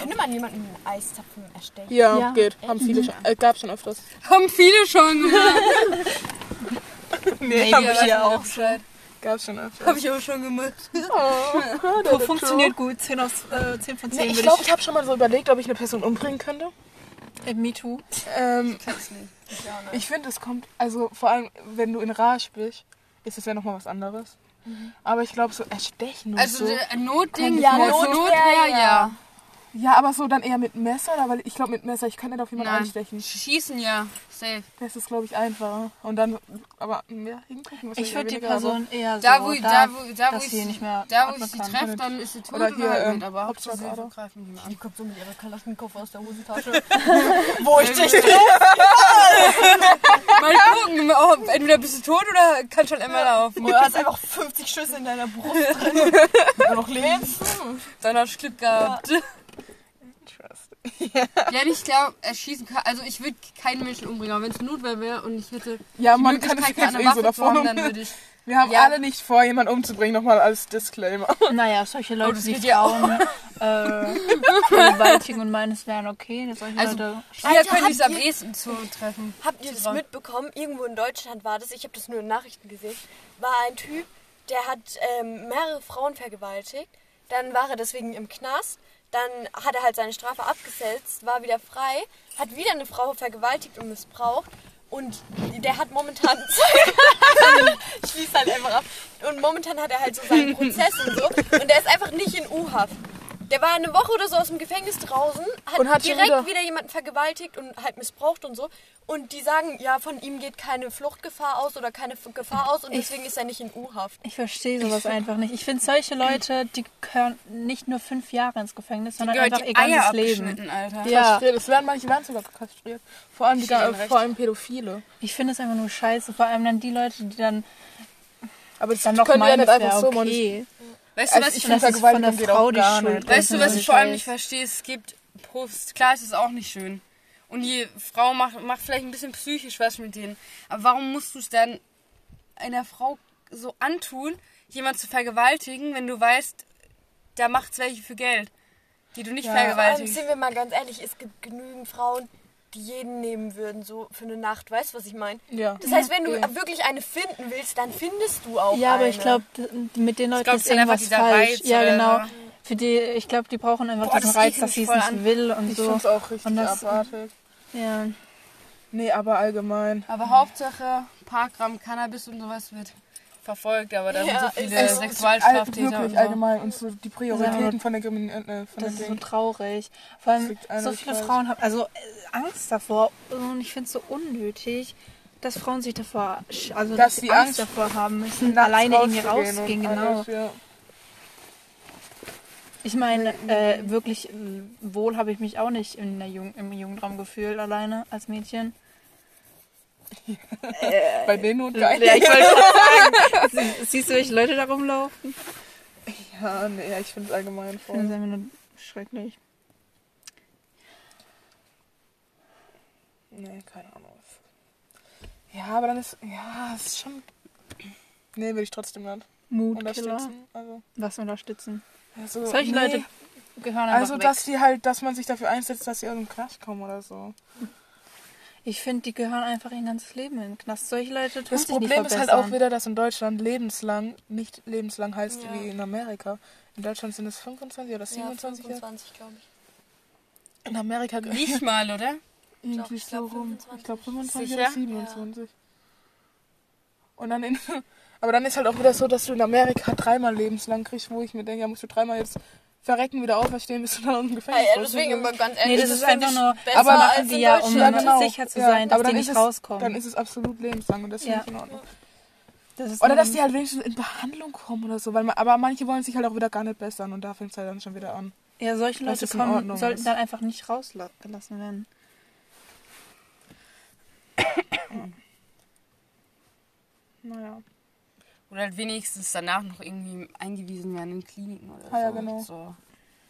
Speaker 4: Könnte man jemanden einen Eiszapfen erstechen?
Speaker 2: ja,
Speaker 3: Ja.
Speaker 2: geht. Haben viele schon, äh, gab schon öfters.
Speaker 1: Haben viele schon gemacht.
Speaker 2: Nee,
Speaker 1: Ja, weiß nicht, Bescheid.
Speaker 2: gab schon öfters. [laughs]
Speaker 1: Hab ich auch schon gemacht.
Speaker 3: Funktioniert gut. 10, aus, äh, 10 von 10
Speaker 2: Nee, ich
Speaker 3: würde
Speaker 2: glaube, ich habe schon mal so überlegt, ob ich eine Person umbringen könnte.
Speaker 3: ich... Äh, Me too.
Speaker 2: Ähm,
Speaker 1: Kann's nicht.
Speaker 2: Ich finde, es kommt, also vor allem, wenn du in Rage bist, ist es ja nochmal was anderes. Aber ich glaube, so erstechen und
Speaker 1: Also
Speaker 2: so.
Speaker 1: der Notding,
Speaker 4: Ja,
Speaker 1: ja,
Speaker 4: Notwehr,
Speaker 1: Notwehr, ja.
Speaker 4: ja.
Speaker 2: Ja, aber so dann eher mit Messer, oder? weil ich glaube mit Messer, ich kann nicht auf jemanden
Speaker 1: Nein.
Speaker 2: einstechen.
Speaker 1: Schießen ja, safe.
Speaker 2: Das ist, glaube ich, einfacher. Und dann, aber mehr hingucken. wahrscheinlich
Speaker 3: Ich würde die
Speaker 2: weniger, aber-
Speaker 3: Person eher so
Speaker 1: Da, wo, da,
Speaker 3: da-
Speaker 1: wo, da, wo
Speaker 3: dass
Speaker 1: ich
Speaker 3: sie nicht mehr
Speaker 1: da, wo
Speaker 3: atmen
Speaker 1: ich sie
Speaker 3: kann.
Speaker 1: treffe, dann ist sie tot
Speaker 2: Oder
Speaker 1: oder
Speaker 2: hier,
Speaker 1: halt
Speaker 2: ähm,
Speaker 1: mit. Aber
Speaker 2: Hauptsache
Speaker 1: Hauptsache, sie
Speaker 2: Ader.
Speaker 1: greifen nicht mehr
Speaker 4: [laughs]
Speaker 5: Die
Speaker 1: an.
Speaker 5: kommt so mit ihrer Kalaschnikow aus der
Speaker 1: [laughs]
Speaker 5: Hosentasche. Wo ich dich treffe.
Speaker 1: Mal gucken, ob, entweder bist du tot oder kann schon einmal laufen.
Speaker 5: Du hast einfach 50 Schüsse in deiner
Speaker 3: [laughs]
Speaker 5: Brust drin. Wenn du noch lebst.
Speaker 1: Dann hast du Glück gehabt.
Speaker 2: Interesting.
Speaker 1: Ja, ich glaube, erschießen kann. Also ich würde keinen Menschen umbringen, aber wenn es Notwehr wäre und ich hätte
Speaker 2: Ja,
Speaker 1: die
Speaker 2: man kann es
Speaker 1: Möglichkeit,
Speaker 2: jetzt
Speaker 1: eine
Speaker 2: eh so
Speaker 1: Waffe zu haben,
Speaker 2: davon.
Speaker 1: dann würde ich.
Speaker 2: [laughs] Wir haben
Speaker 1: Ja.
Speaker 2: alle nicht vor, jemanden umzubringen, nochmal als Disclaimer.
Speaker 3: Naja, solche
Speaker 1: Oh,
Speaker 3: Leute,
Speaker 1: das
Speaker 3: die
Speaker 1: geht ja auch.
Speaker 3: Frauen äh, vergewaltigen und meinen, es wären okay. Solche
Speaker 1: Also,
Speaker 3: Leute.
Speaker 1: Hier
Speaker 5: Alter,
Speaker 1: könnte ich es
Speaker 5: habt
Speaker 1: am ehesten zutreffen.
Speaker 4: Habt ihr das
Speaker 1: Dran.
Speaker 4: mitbekommen? Irgendwo in Deutschland war das, ich habe das nur in Nachrichten gesehen, war ein Typ, der hat ähm, mehrere Frauen vergewaltigt. Dann war er deswegen im Knast. Dann hat er halt seine Strafe abgesetzt, war wieder frei, hat wieder eine Frau vergewaltigt und missbraucht. Und der hat momentan. [laughs] ich schließe halt einfach ab. Und momentan hat er halt so seinen Prozess und so. Und der ist einfach nicht in U-Haft. Der war eine Woche oder so aus dem Gefängnis draußen, hat,
Speaker 2: Und hat schon
Speaker 4: direkt
Speaker 2: wieder-
Speaker 4: wieder wieder jemanden vergewaltigt und halt missbraucht und so. Und die sagen, ja, von ihm geht keine Fluchtgefahr aus oder keine F- Gefahr aus und deswegen ist er nicht in U-Haft.
Speaker 3: Ich verstehe sowas einfach nicht. Ich finde solche Leute, die gehören nicht nur fünf Jahre ins Gefängnis, sondern
Speaker 1: Gehört
Speaker 3: einfach
Speaker 1: die
Speaker 3: ihr
Speaker 1: Eier
Speaker 3: ganzes Leben.
Speaker 1: abgeschnitten, Alter.
Speaker 2: [laughs]
Speaker 3: Ja,
Speaker 2: Das werden manche werden sogar kastriert. Vor allem, die,
Speaker 5: Steht
Speaker 2: da,
Speaker 5: Ihnen recht.
Speaker 2: vor allem Pädophile.
Speaker 3: ich finde es einfach nur scheiße. Vor allem dann die Leute, die dann,
Speaker 2: Aber das
Speaker 3: dann noch
Speaker 2: können wir ja
Speaker 3: meinen,
Speaker 2: nicht
Speaker 3: es wäre
Speaker 2: einfach so. man-
Speaker 3: okay.
Speaker 1: Weißt du,
Speaker 2: Also
Speaker 1: was
Speaker 2: ich
Speaker 1: ich,
Speaker 3: Und dass
Speaker 2: finde
Speaker 3: es von der
Speaker 2: Vergewaltigung geht
Speaker 3: Frau
Speaker 2: auch
Speaker 3: die
Speaker 2: gar
Speaker 3: Schuld
Speaker 2: nicht.
Speaker 1: weißt du,
Speaker 3: ist,
Speaker 1: was
Speaker 3: ne?
Speaker 1: ich vor allem nicht
Speaker 3: Scheiß.
Speaker 1: verstehe? Es gibt Profs. Klar, es ist auch nicht schön. Und die Frau macht, macht vielleicht ein bisschen psychisch was mit denen. Aber warum musst du es dann einer Frau so antun, jemand zu vergewaltigen, wenn du weißt, da macht's welche für Geld, die du nicht
Speaker 4: Vor allem
Speaker 1: vergewaltigst?
Speaker 4: Ähm, sind wir mal ganz ehrlich, es gibt genügend Frauen, die jeden nehmen würden, so für eine Nacht. Weißt du, was ich meine?
Speaker 2: Ja.
Speaker 4: Das heißt, wenn du wirklich eine finden willst, dann findest du auch
Speaker 3: Ja, aber
Speaker 4: eine.
Speaker 3: ich glaube, mit den Leuten
Speaker 1: glaub,
Speaker 3: ist
Speaker 1: es ist einfach
Speaker 3: irgendwas
Speaker 1: dieser
Speaker 3: falsch.
Speaker 1: Reiz
Speaker 3: ja,
Speaker 1: oder
Speaker 3: genau.
Speaker 1: so.
Speaker 3: Für die, ich glaube, die brauchen einfach
Speaker 1: Boah,
Speaker 3: diesen
Speaker 1: das
Speaker 3: Reiz,
Speaker 1: ekelt
Speaker 3: dass
Speaker 1: mich
Speaker 3: sie es
Speaker 1: voll
Speaker 3: nicht
Speaker 1: an.
Speaker 3: will und
Speaker 2: Ich
Speaker 3: so.
Speaker 2: finde es auch richtig
Speaker 3: Und das-
Speaker 2: abartig.
Speaker 3: ja.
Speaker 2: Nee, aber allgemein.
Speaker 1: Aber Hauptsache, ein paar Gramm Cannabis und sowas wird verfolgt, aber da
Speaker 4: Ja,
Speaker 1: sind so
Speaker 4: ist
Speaker 1: viele
Speaker 4: so.
Speaker 2: All,
Speaker 1: Sexualstraftäter und
Speaker 2: wirklich
Speaker 1: so.
Speaker 2: allgemein und so die Prioritäten von der Krimin äh, von
Speaker 3: Das ist
Speaker 2: der
Speaker 3: so
Speaker 2: Ding.
Speaker 3: traurig. Vor allem,
Speaker 2: liegt einer
Speaker 3: so
Speaker 2: nicht
Speaker 3: viele
Speaker 2: falsch.
Speaker 3: Frauen haben also äh, Angst davor. Und ich finde es so unnötig, dass Frauen sich davor, sch- also
Speaker 2: Dass
Speaker 3: dass
Speaker 2: sie
Speaker 3: sie
Speaker 2: Angst
Speaker 3: Angst davor haben müssen,
Speaker 2: Nachts
Speaker 3: alleine irgendwie
Speaker 2: rauszugehen und
Speaker 3: rauszugehen. Genau.
Speaker 2: alles, ja.
Speaker 3: Ich meine, äh, wirklich äh, wohl habe ich mich auch nicht in der Jugend, im Jugendraum gefühlt, alleine als Mädchen.
Speaker 2: Bei denen und geil.
Speaker 3: Äh, Ja, ich wollte schon sagen. Sie- Siehst du, welche Leute da rumlaufen?
Speaker 2: [laughs] Ja, nee, ja, ich finde es allgemein
Speaker 3: Das ist
Speaker 2: voll.
Speaker 3: einfach nur schrecklich.
Speaker 2: Nee, keine Ahnung. Ja, aber dann ist. Ja, es ist schon. Nee, will ich trotzdem nicht
Speaker 3: Mutkiller.
Speaker 2: unterstützen. Also,
Speaker 3: Was unterstützen?
Speaker 2: also,
Speaker 3: Solche
Speaker 2: nee.
Speaker 3: Leute gehören einfach
Speaker 2: Also,
Speaker 3: weg.
Speaker 2: dass die halt, dass man sich dafür einsetzt, dass sie aus dem Knast kommen oder so.
Speaker 3: Ich finde, die gehören einfach ihr ganzes Leben in den Knast. Solche Leute tun
Speaker 2: Das
Speaker 3: sich nicht
Speaker 2: Problem ist halt
Speaker 3: verbessern.
Speaker 2: auch wieder, dass in Deutschland lebenslang nicht lebenslang heißt wie in Amerika. In Deutschland sind es 25 oder
Speaker 4: Ja,
Speaker 2: 27 Jahre.
Speaker 4: 25, glaube ich.
Speaker 2: In Amerika
Speaker 1: Nicht mal, oder?
Speaker 2: irgendwie
Speaker 4: ich
Speaker 2: so
Speaker 4: glaub,
Speaker 2: rum. Ich glaube 25
Speaker 1: Sicher?
Speaker 2: oder 27. Und dann in, [laughs] aber dann ist halt auch wieder so, dass du in Amerika dreimal lebenslang kriegst, wo ich mir denke, ja, musst du dreimal jetzt verrecken, wieder auferstehen, bis du dann aus dem Gefängnis
Speaker 5: Ja,
Speaker 2: raus
Speaker 5: deswegen
Speaker 2: bist.
Speaker 5: immer ganz
Speaker 3: Nee,
Speaker 5: ehrlich.
Speaker 3: das ist einfach nur,
Speaker 5: besser
Speaker 3: aber
Speaker 2: als
Speaker 3: machen die ja, um
Speaker 2: Ja, genau.
Speaker 3: sicher zu
Speaker 2: Ja,
Speaker 3: sein, dass
Speaker 2: aber
Speaker 3: die
Speaker 2: dann
Speaker 3: nicht
Speaker 2: ist es-
Speaker 3: rauskommen.
Speaker 2: Dann ist es absolut lebenslang und das
Speaker 3: Ja.
Speaker 2: finde ich in Ordnung.
Speaker 3: das ist
Speaker 2: Oder
Speaker 3: nur-
Speaker 2: dass die halt wenigstens in Behandlung kommen oder so. Weil man, aber manche wollen sich halt auch wieder gar nicht bessern und da fängt es halt dann schon wieder an.
Speaker 3: ja, solche
Speaker 2: dass
Speaker 3: Leute
Speaker 2: es in
Speaker 3: kommen,
Speaker 2: Ordnung
Speaker 3: sollten
Speaker 2: ist.
Speaker 3: dann einfach nicht rausgelassen werden.
Speaker 2: Naja.
Speaker 1: Oder halt wenigstens danach noch irgendwie eingewiesen werden in Kliniken oder so.
Speaker 2: Ah ja, genau.
Speaker 1: So.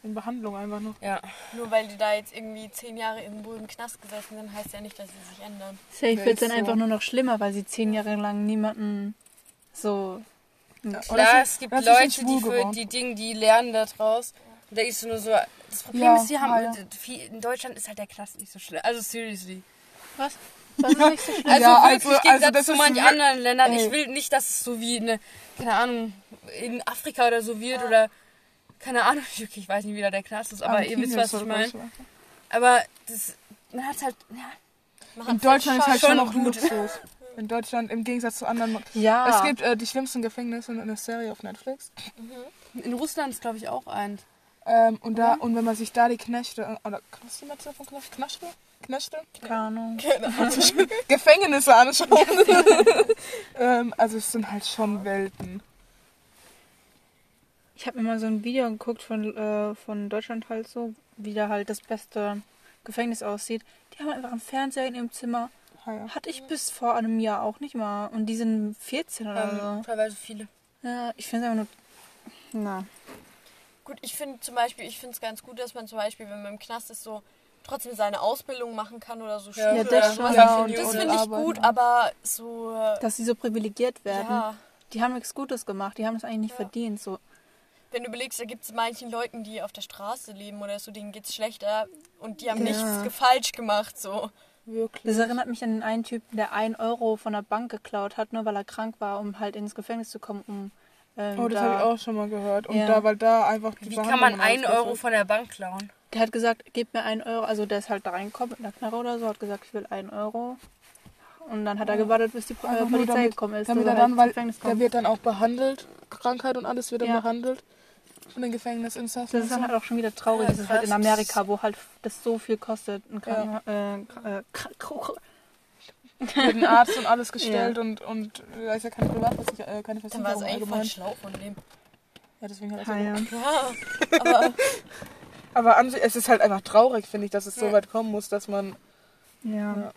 Speaker 2: In Behandlung einfach noch.
Speaker 1: Ja.
Speaker 4: Nur weil die da jetzt irgendwie zehn Jahre irgendwo im Knast gesessen sind, heißt ja nicht, dass sie sich ändern.
Speaker 3: Safe
Speaker 2: Ja,
Speaker 3: wird
Speaker 2: ist
Speaker 3: dann
Speaker 2: so.
Speaker 3: einfach nur noch schlimmer, weil sie zehn Jahre lang niemanden [laughs] so...
Speaker 2: Oder
Speaker 1: Klar,
Speaker 2: sind-
Speaker 1: es gibt
Speaker 2: oder sind sie
Speaker 1: Leute,
Speaker 2: schwul
Speaker 1: die für
Speaker 2: geworden?
Speaker 1: die Dinge, die lernen da draus. Und da ist so nur so. Das Problem
Speaker 2: Ja, ah,
Speaker 1: ist, die haben.
Speaker 2: ja.
Speaker 1: viel- In Deutschland ist halt der Knast nicht so schlimm. Also, seriously.
Speaker 3: Was? Was ist nicht so schlimm?
Speaker 1: Also,
Speaker 2: Ja,
Speaker 1: wirklich,
Speaker 2: also- also
Speaker 1: also, gegensatz
Speaker 2: das
Speaker 1: zu
Speaker 2: ist
Speaker 1: manchen
Speaker 2: wir-
Speaker 1: anderen Ländern.
Speaker 2: Ey.
Speaker 1: Ich will nicht, dass es so wie eine. Keine Ahnung, in Afrika oder so wird oder. Keine Ahnung, [laughs] okay, ich weiß nicht, wie da der Knast ist, aber ihr wisst, was ich meine. Aber das. Man hat halt. Ja,
Speaker 2: In Deutschland ist halt
Speaker 1: Schon
Speaker 2: schon noch
Speaker 1: gut.
Speaker 2: Luxus. In Deutschland im Gegensatz zu anderen.
Speaker 3: Ja.
Speaker 2: Es gibt äh, die schlimmsten Gefängnisse in einer Serie auf Netflix.
Speaker 1: in Russland ist, glaube ich, auch eins.
Speaker 2: Ähm, und,
Speaker 3: Mhm.
Speaker 2: da, und wenn man sich da die Knechte, äh, oder kannst du die Metze von Knechte? Knechte? Knechte?
Speaker 3: Keine Ahnung.
Speaker 2: Gefängnisse
Speaker 3: [laughs]
Speaker 2: anschauen. ähm, also es sind halt schon Welten.
Speaker 3: Ich habe mir mal so ein Video geguckt von, äh, von Deutschland halt so, wie da halt das beste Gefängnis aussieht. Die haben einfach einen Fernseher in ihrem Zimmer.
Speaker 2: Ah ja.
Speaker 3: Hatte ich bis vor einem Jahr auch nicht mal. Und die sind 14
Speaker 2: Ähm.
Speaker 3: oder
Speaker 4: Teilweise viele.
Speaker 3: so. Ja, ich finde es einfach nur. Na.
Speaker 6: Gut, ich finde zum Beispiel, ich finde es ganz gut, dass man zum Beispiel, wenn man im Knast ist, so trotzdem seine Ausbildung machen kann oder so.
Speaker 4: Ja,
Speaker 6: Schule
Speaker 3: Ja,
Speaker 6: oder
Speaker 2: Also, äh,
Speaker 3: das schon.
Speaker 6: sowas.
Speaker 2: Ja,
Speaker 3: und-
Speaker 6: Das
Speaker 2: oder
Speaker 6: finde ich
Speaker 2: arbeiten.
Speaker 6: gut, aber so. äh,
Speaker 3: Dass sie so privilegiert werden.
Speaker 6: Ja,
Speaker 3: Die haben nichts Gutes gemacht. Die haben es eigentlich nicht
Speaker 6: Ja.
Speaker 3: verdient. So.
Speaker 6: wenn du überlegst, da gibt es manchen Leuten, die auf der Straße leben oder so, denen geht's schlechter und die haben
Speaker 3: Ja.
Speaker 6: nichts ge- falsch gemacht, so.
Speaker 2: Wirklich.
Speaker 3: Das erinnert mich an einen Typen, der einen Euro von der Bank geklaut hat, nur weil er krank war, um halt ins Gefängnis zu kommen, um ähm,
Speaker 2: Oh, das habe ich
Speaker 3: da.
Speaker 2: auch schon mal gehört. Und
Speaker 3: Ja.
Speaker 2: da, weil da einfach die
Speaker 1: Wie kann man einen
Speaker 2: anders
Speaker 1: Euro
Speaker 2: ist.
Speaker 1: von der Bank klauen?
Speaker 3: Der hat gesagt, gib mir einen Euro. Also der ist halt da reingekommen mit einer Knarre oder so, hat gesagt, ich will einen Euro. Und dann hat er gewartet, bis die äh,
Speaker 2: Einfach nur
Speaker 3: Polizei
Speaker 2: damit,
Speaker 3: gekommen ist.
Speaker 2: Damit
Speaker 3: oder
Speaker 2: er
Speaker 3: halt
Speaker 2: dann, weil
Speaker 3: ins Gefängnis
Speaker 2: der
Speaker 3: kommt.
Speaker 2: wird dann auch behandelt, Krankheit und alles wird dann
Speaker 3: Ja.
Speaker 2: behandelt. Von den Gefängnisinsassen.
Speaker 3: Das ist dann halt auch schon wieder traurig. das ist halt in Amerika, wo halt das so viel kostet. Ein Kranken äh, Kra- äh, Kra-
Speaker 2: Mit dem Arzt und alles gestellt und, und da ist ja keine Privatversicherung, äh, keine
Speaker 6: Dann war es
Speaker 2: Versicherung
Speaker 6: eigentlich voll
Speaker 2: allgemein.
Speaker 6: schlau von dem.
Speaker 2: Ja, deswegen hat er
Speaker 3: Ah,
Speaker 2: so-
Speaker 3: ja.
Speaker 6: Ja,
Speaker 2: Aber an sich, es ist halt einfach traurig, finde ich, dass es so weit kommen muss, dass man.
Speaker 3: Ja.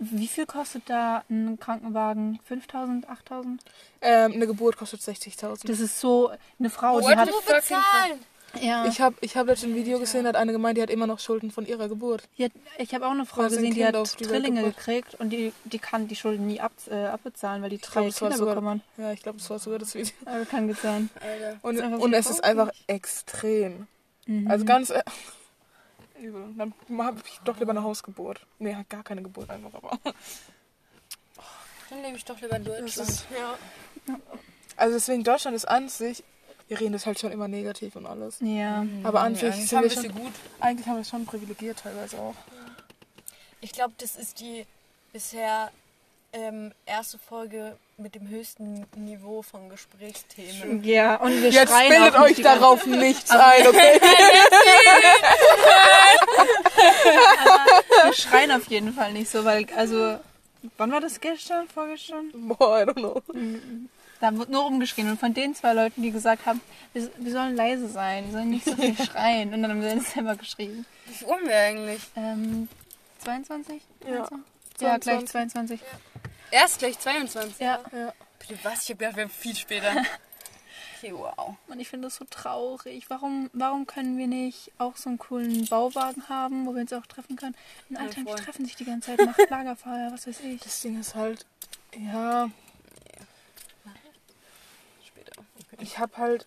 Speaker 3: Wie viel kostet da ein Krankenwagen? 5000, 8000?
Speaker 2: Ähm, eine Geburt kostet 60.000.
Speaker 3: Das ist so eine Frau, die
Speaker 1: What
Speaker 3: hat
Speaker 1: the
Speaker 6: du
Speaker 1: fucking
Speaker 6: bezahlen!
Speaker 3: ja, ich,
Speaker 2: Ich habe ich hab letztens ein Video gesehen, da hat eine gemeint, die hat immer noch Schulden von ihrer Geburt.
Speaker 3: die hat, ich habe auch eine Frau
Speaker 2: Weil sie ein
Speaker 3: gesehen, die
Speaker 2: Kind
Speaker 3: hat
Speaker 2: auf die Welt
Speaker 3: Drillinge
Speaker 2: gebracht.
Speaker 3: gekriegt und die, die kann die Schulden nie ab, äh, abbezahlen, weil die
Speaker 2: glaub,
Speaker 3: drei
Speaker 2: das war
Speaker 3: Kinder
Speaker 2: sogar-
Speaker 3: bekommen
Speaker 2: Ja, ich glaube, das war sogar das Video.
Speaker 3: hat. Also kann gut sein.
Speaker 2: Und,
Speaker 3: einfach
Speaker 2: und
Speaker 3: so
Speaker 2: es ist einfach extrem. Also ganz. Äh, [laughs] übel. Dann habe ich doch lieber eine Hausgeburt. Nee, halt gar keine Geburt einfach, aber. [laughs]
Speaker 1: Dann nehme ich doch lieber Deutschland.
Speaker 6: Ja.
Speaker 2: Also deswegen, Deutschland ist an sich. Wir reden das halt schon immer negativ und alles.
Speaker 3: Ja.
Speaker 2: Aber an
Speaker 1: Ja,
Speaker 2: sich
Speaker 1: eigentlich
Speaker 2: sind
Speaker 1: haben
Speaker 2: wir
Speaker 1: wir sie
Speaker 2: schon,
Speaker 1: gut.
Speaker 2: eigentlich haben wir es schon privilegiert teilweise auch.
Speaker 6: Ich glaube, das ist die bisher ähm, erste Folge mit dem höchsten Niveau von Gesprächsthemen.
Speaker 3: Ja, und wir
Speaker 2: Jetzt
Speaker 3: schreien
Speaker 2: bildet
Speaker 3: auch nicht
Speaker 2: euch
Speaker 3: die
Speaker 2: darauf nichts ein,
Speaker 3: [laughs]
Speaker 2: okay?
Speaker 3: Wir schreien auf jeden Fall nicht so, weil, also, wann war das gestern, vorgestern?
Speaker 2: Boah, I don't know.
Speaker 3: Da wird nur rumgeschrien. Und von den zwei Leuten, die gesagt haben, wir, wir sollen leise sein, wir sollen nicht so [laughs] viel schreien. Und dann haben wir das selber geschrien.
Speaker 1: Wie viel Uhr haben Oh, wir eigentlich?
Speaker 3: Ähm, 22?
Speaker 2: Ja.
Speaker 3: Ja, gleich 22.
Speaker 1: Erst gleich 22.
Speaker 3: Ja.
Speaker 1: Bitte was? Ich habe gedacht, wir haben viel später. Okay, wow.
Speaker 3: Und ich finde das so traurig. Warum, warum können wir nicht auch so einen coolen Bauwagen haben, wo wir uns auch treffen können? In Alltag, die
Speaker 1: voll.
Speaker 3: treffen sich die ganze [laughs] Zeit, machen Lagerfeuer, was weiß ich.
Speaker 2: Das Ding ist halt, ja,
Speaker 1: Später.
Speaker 2: ich hab halt,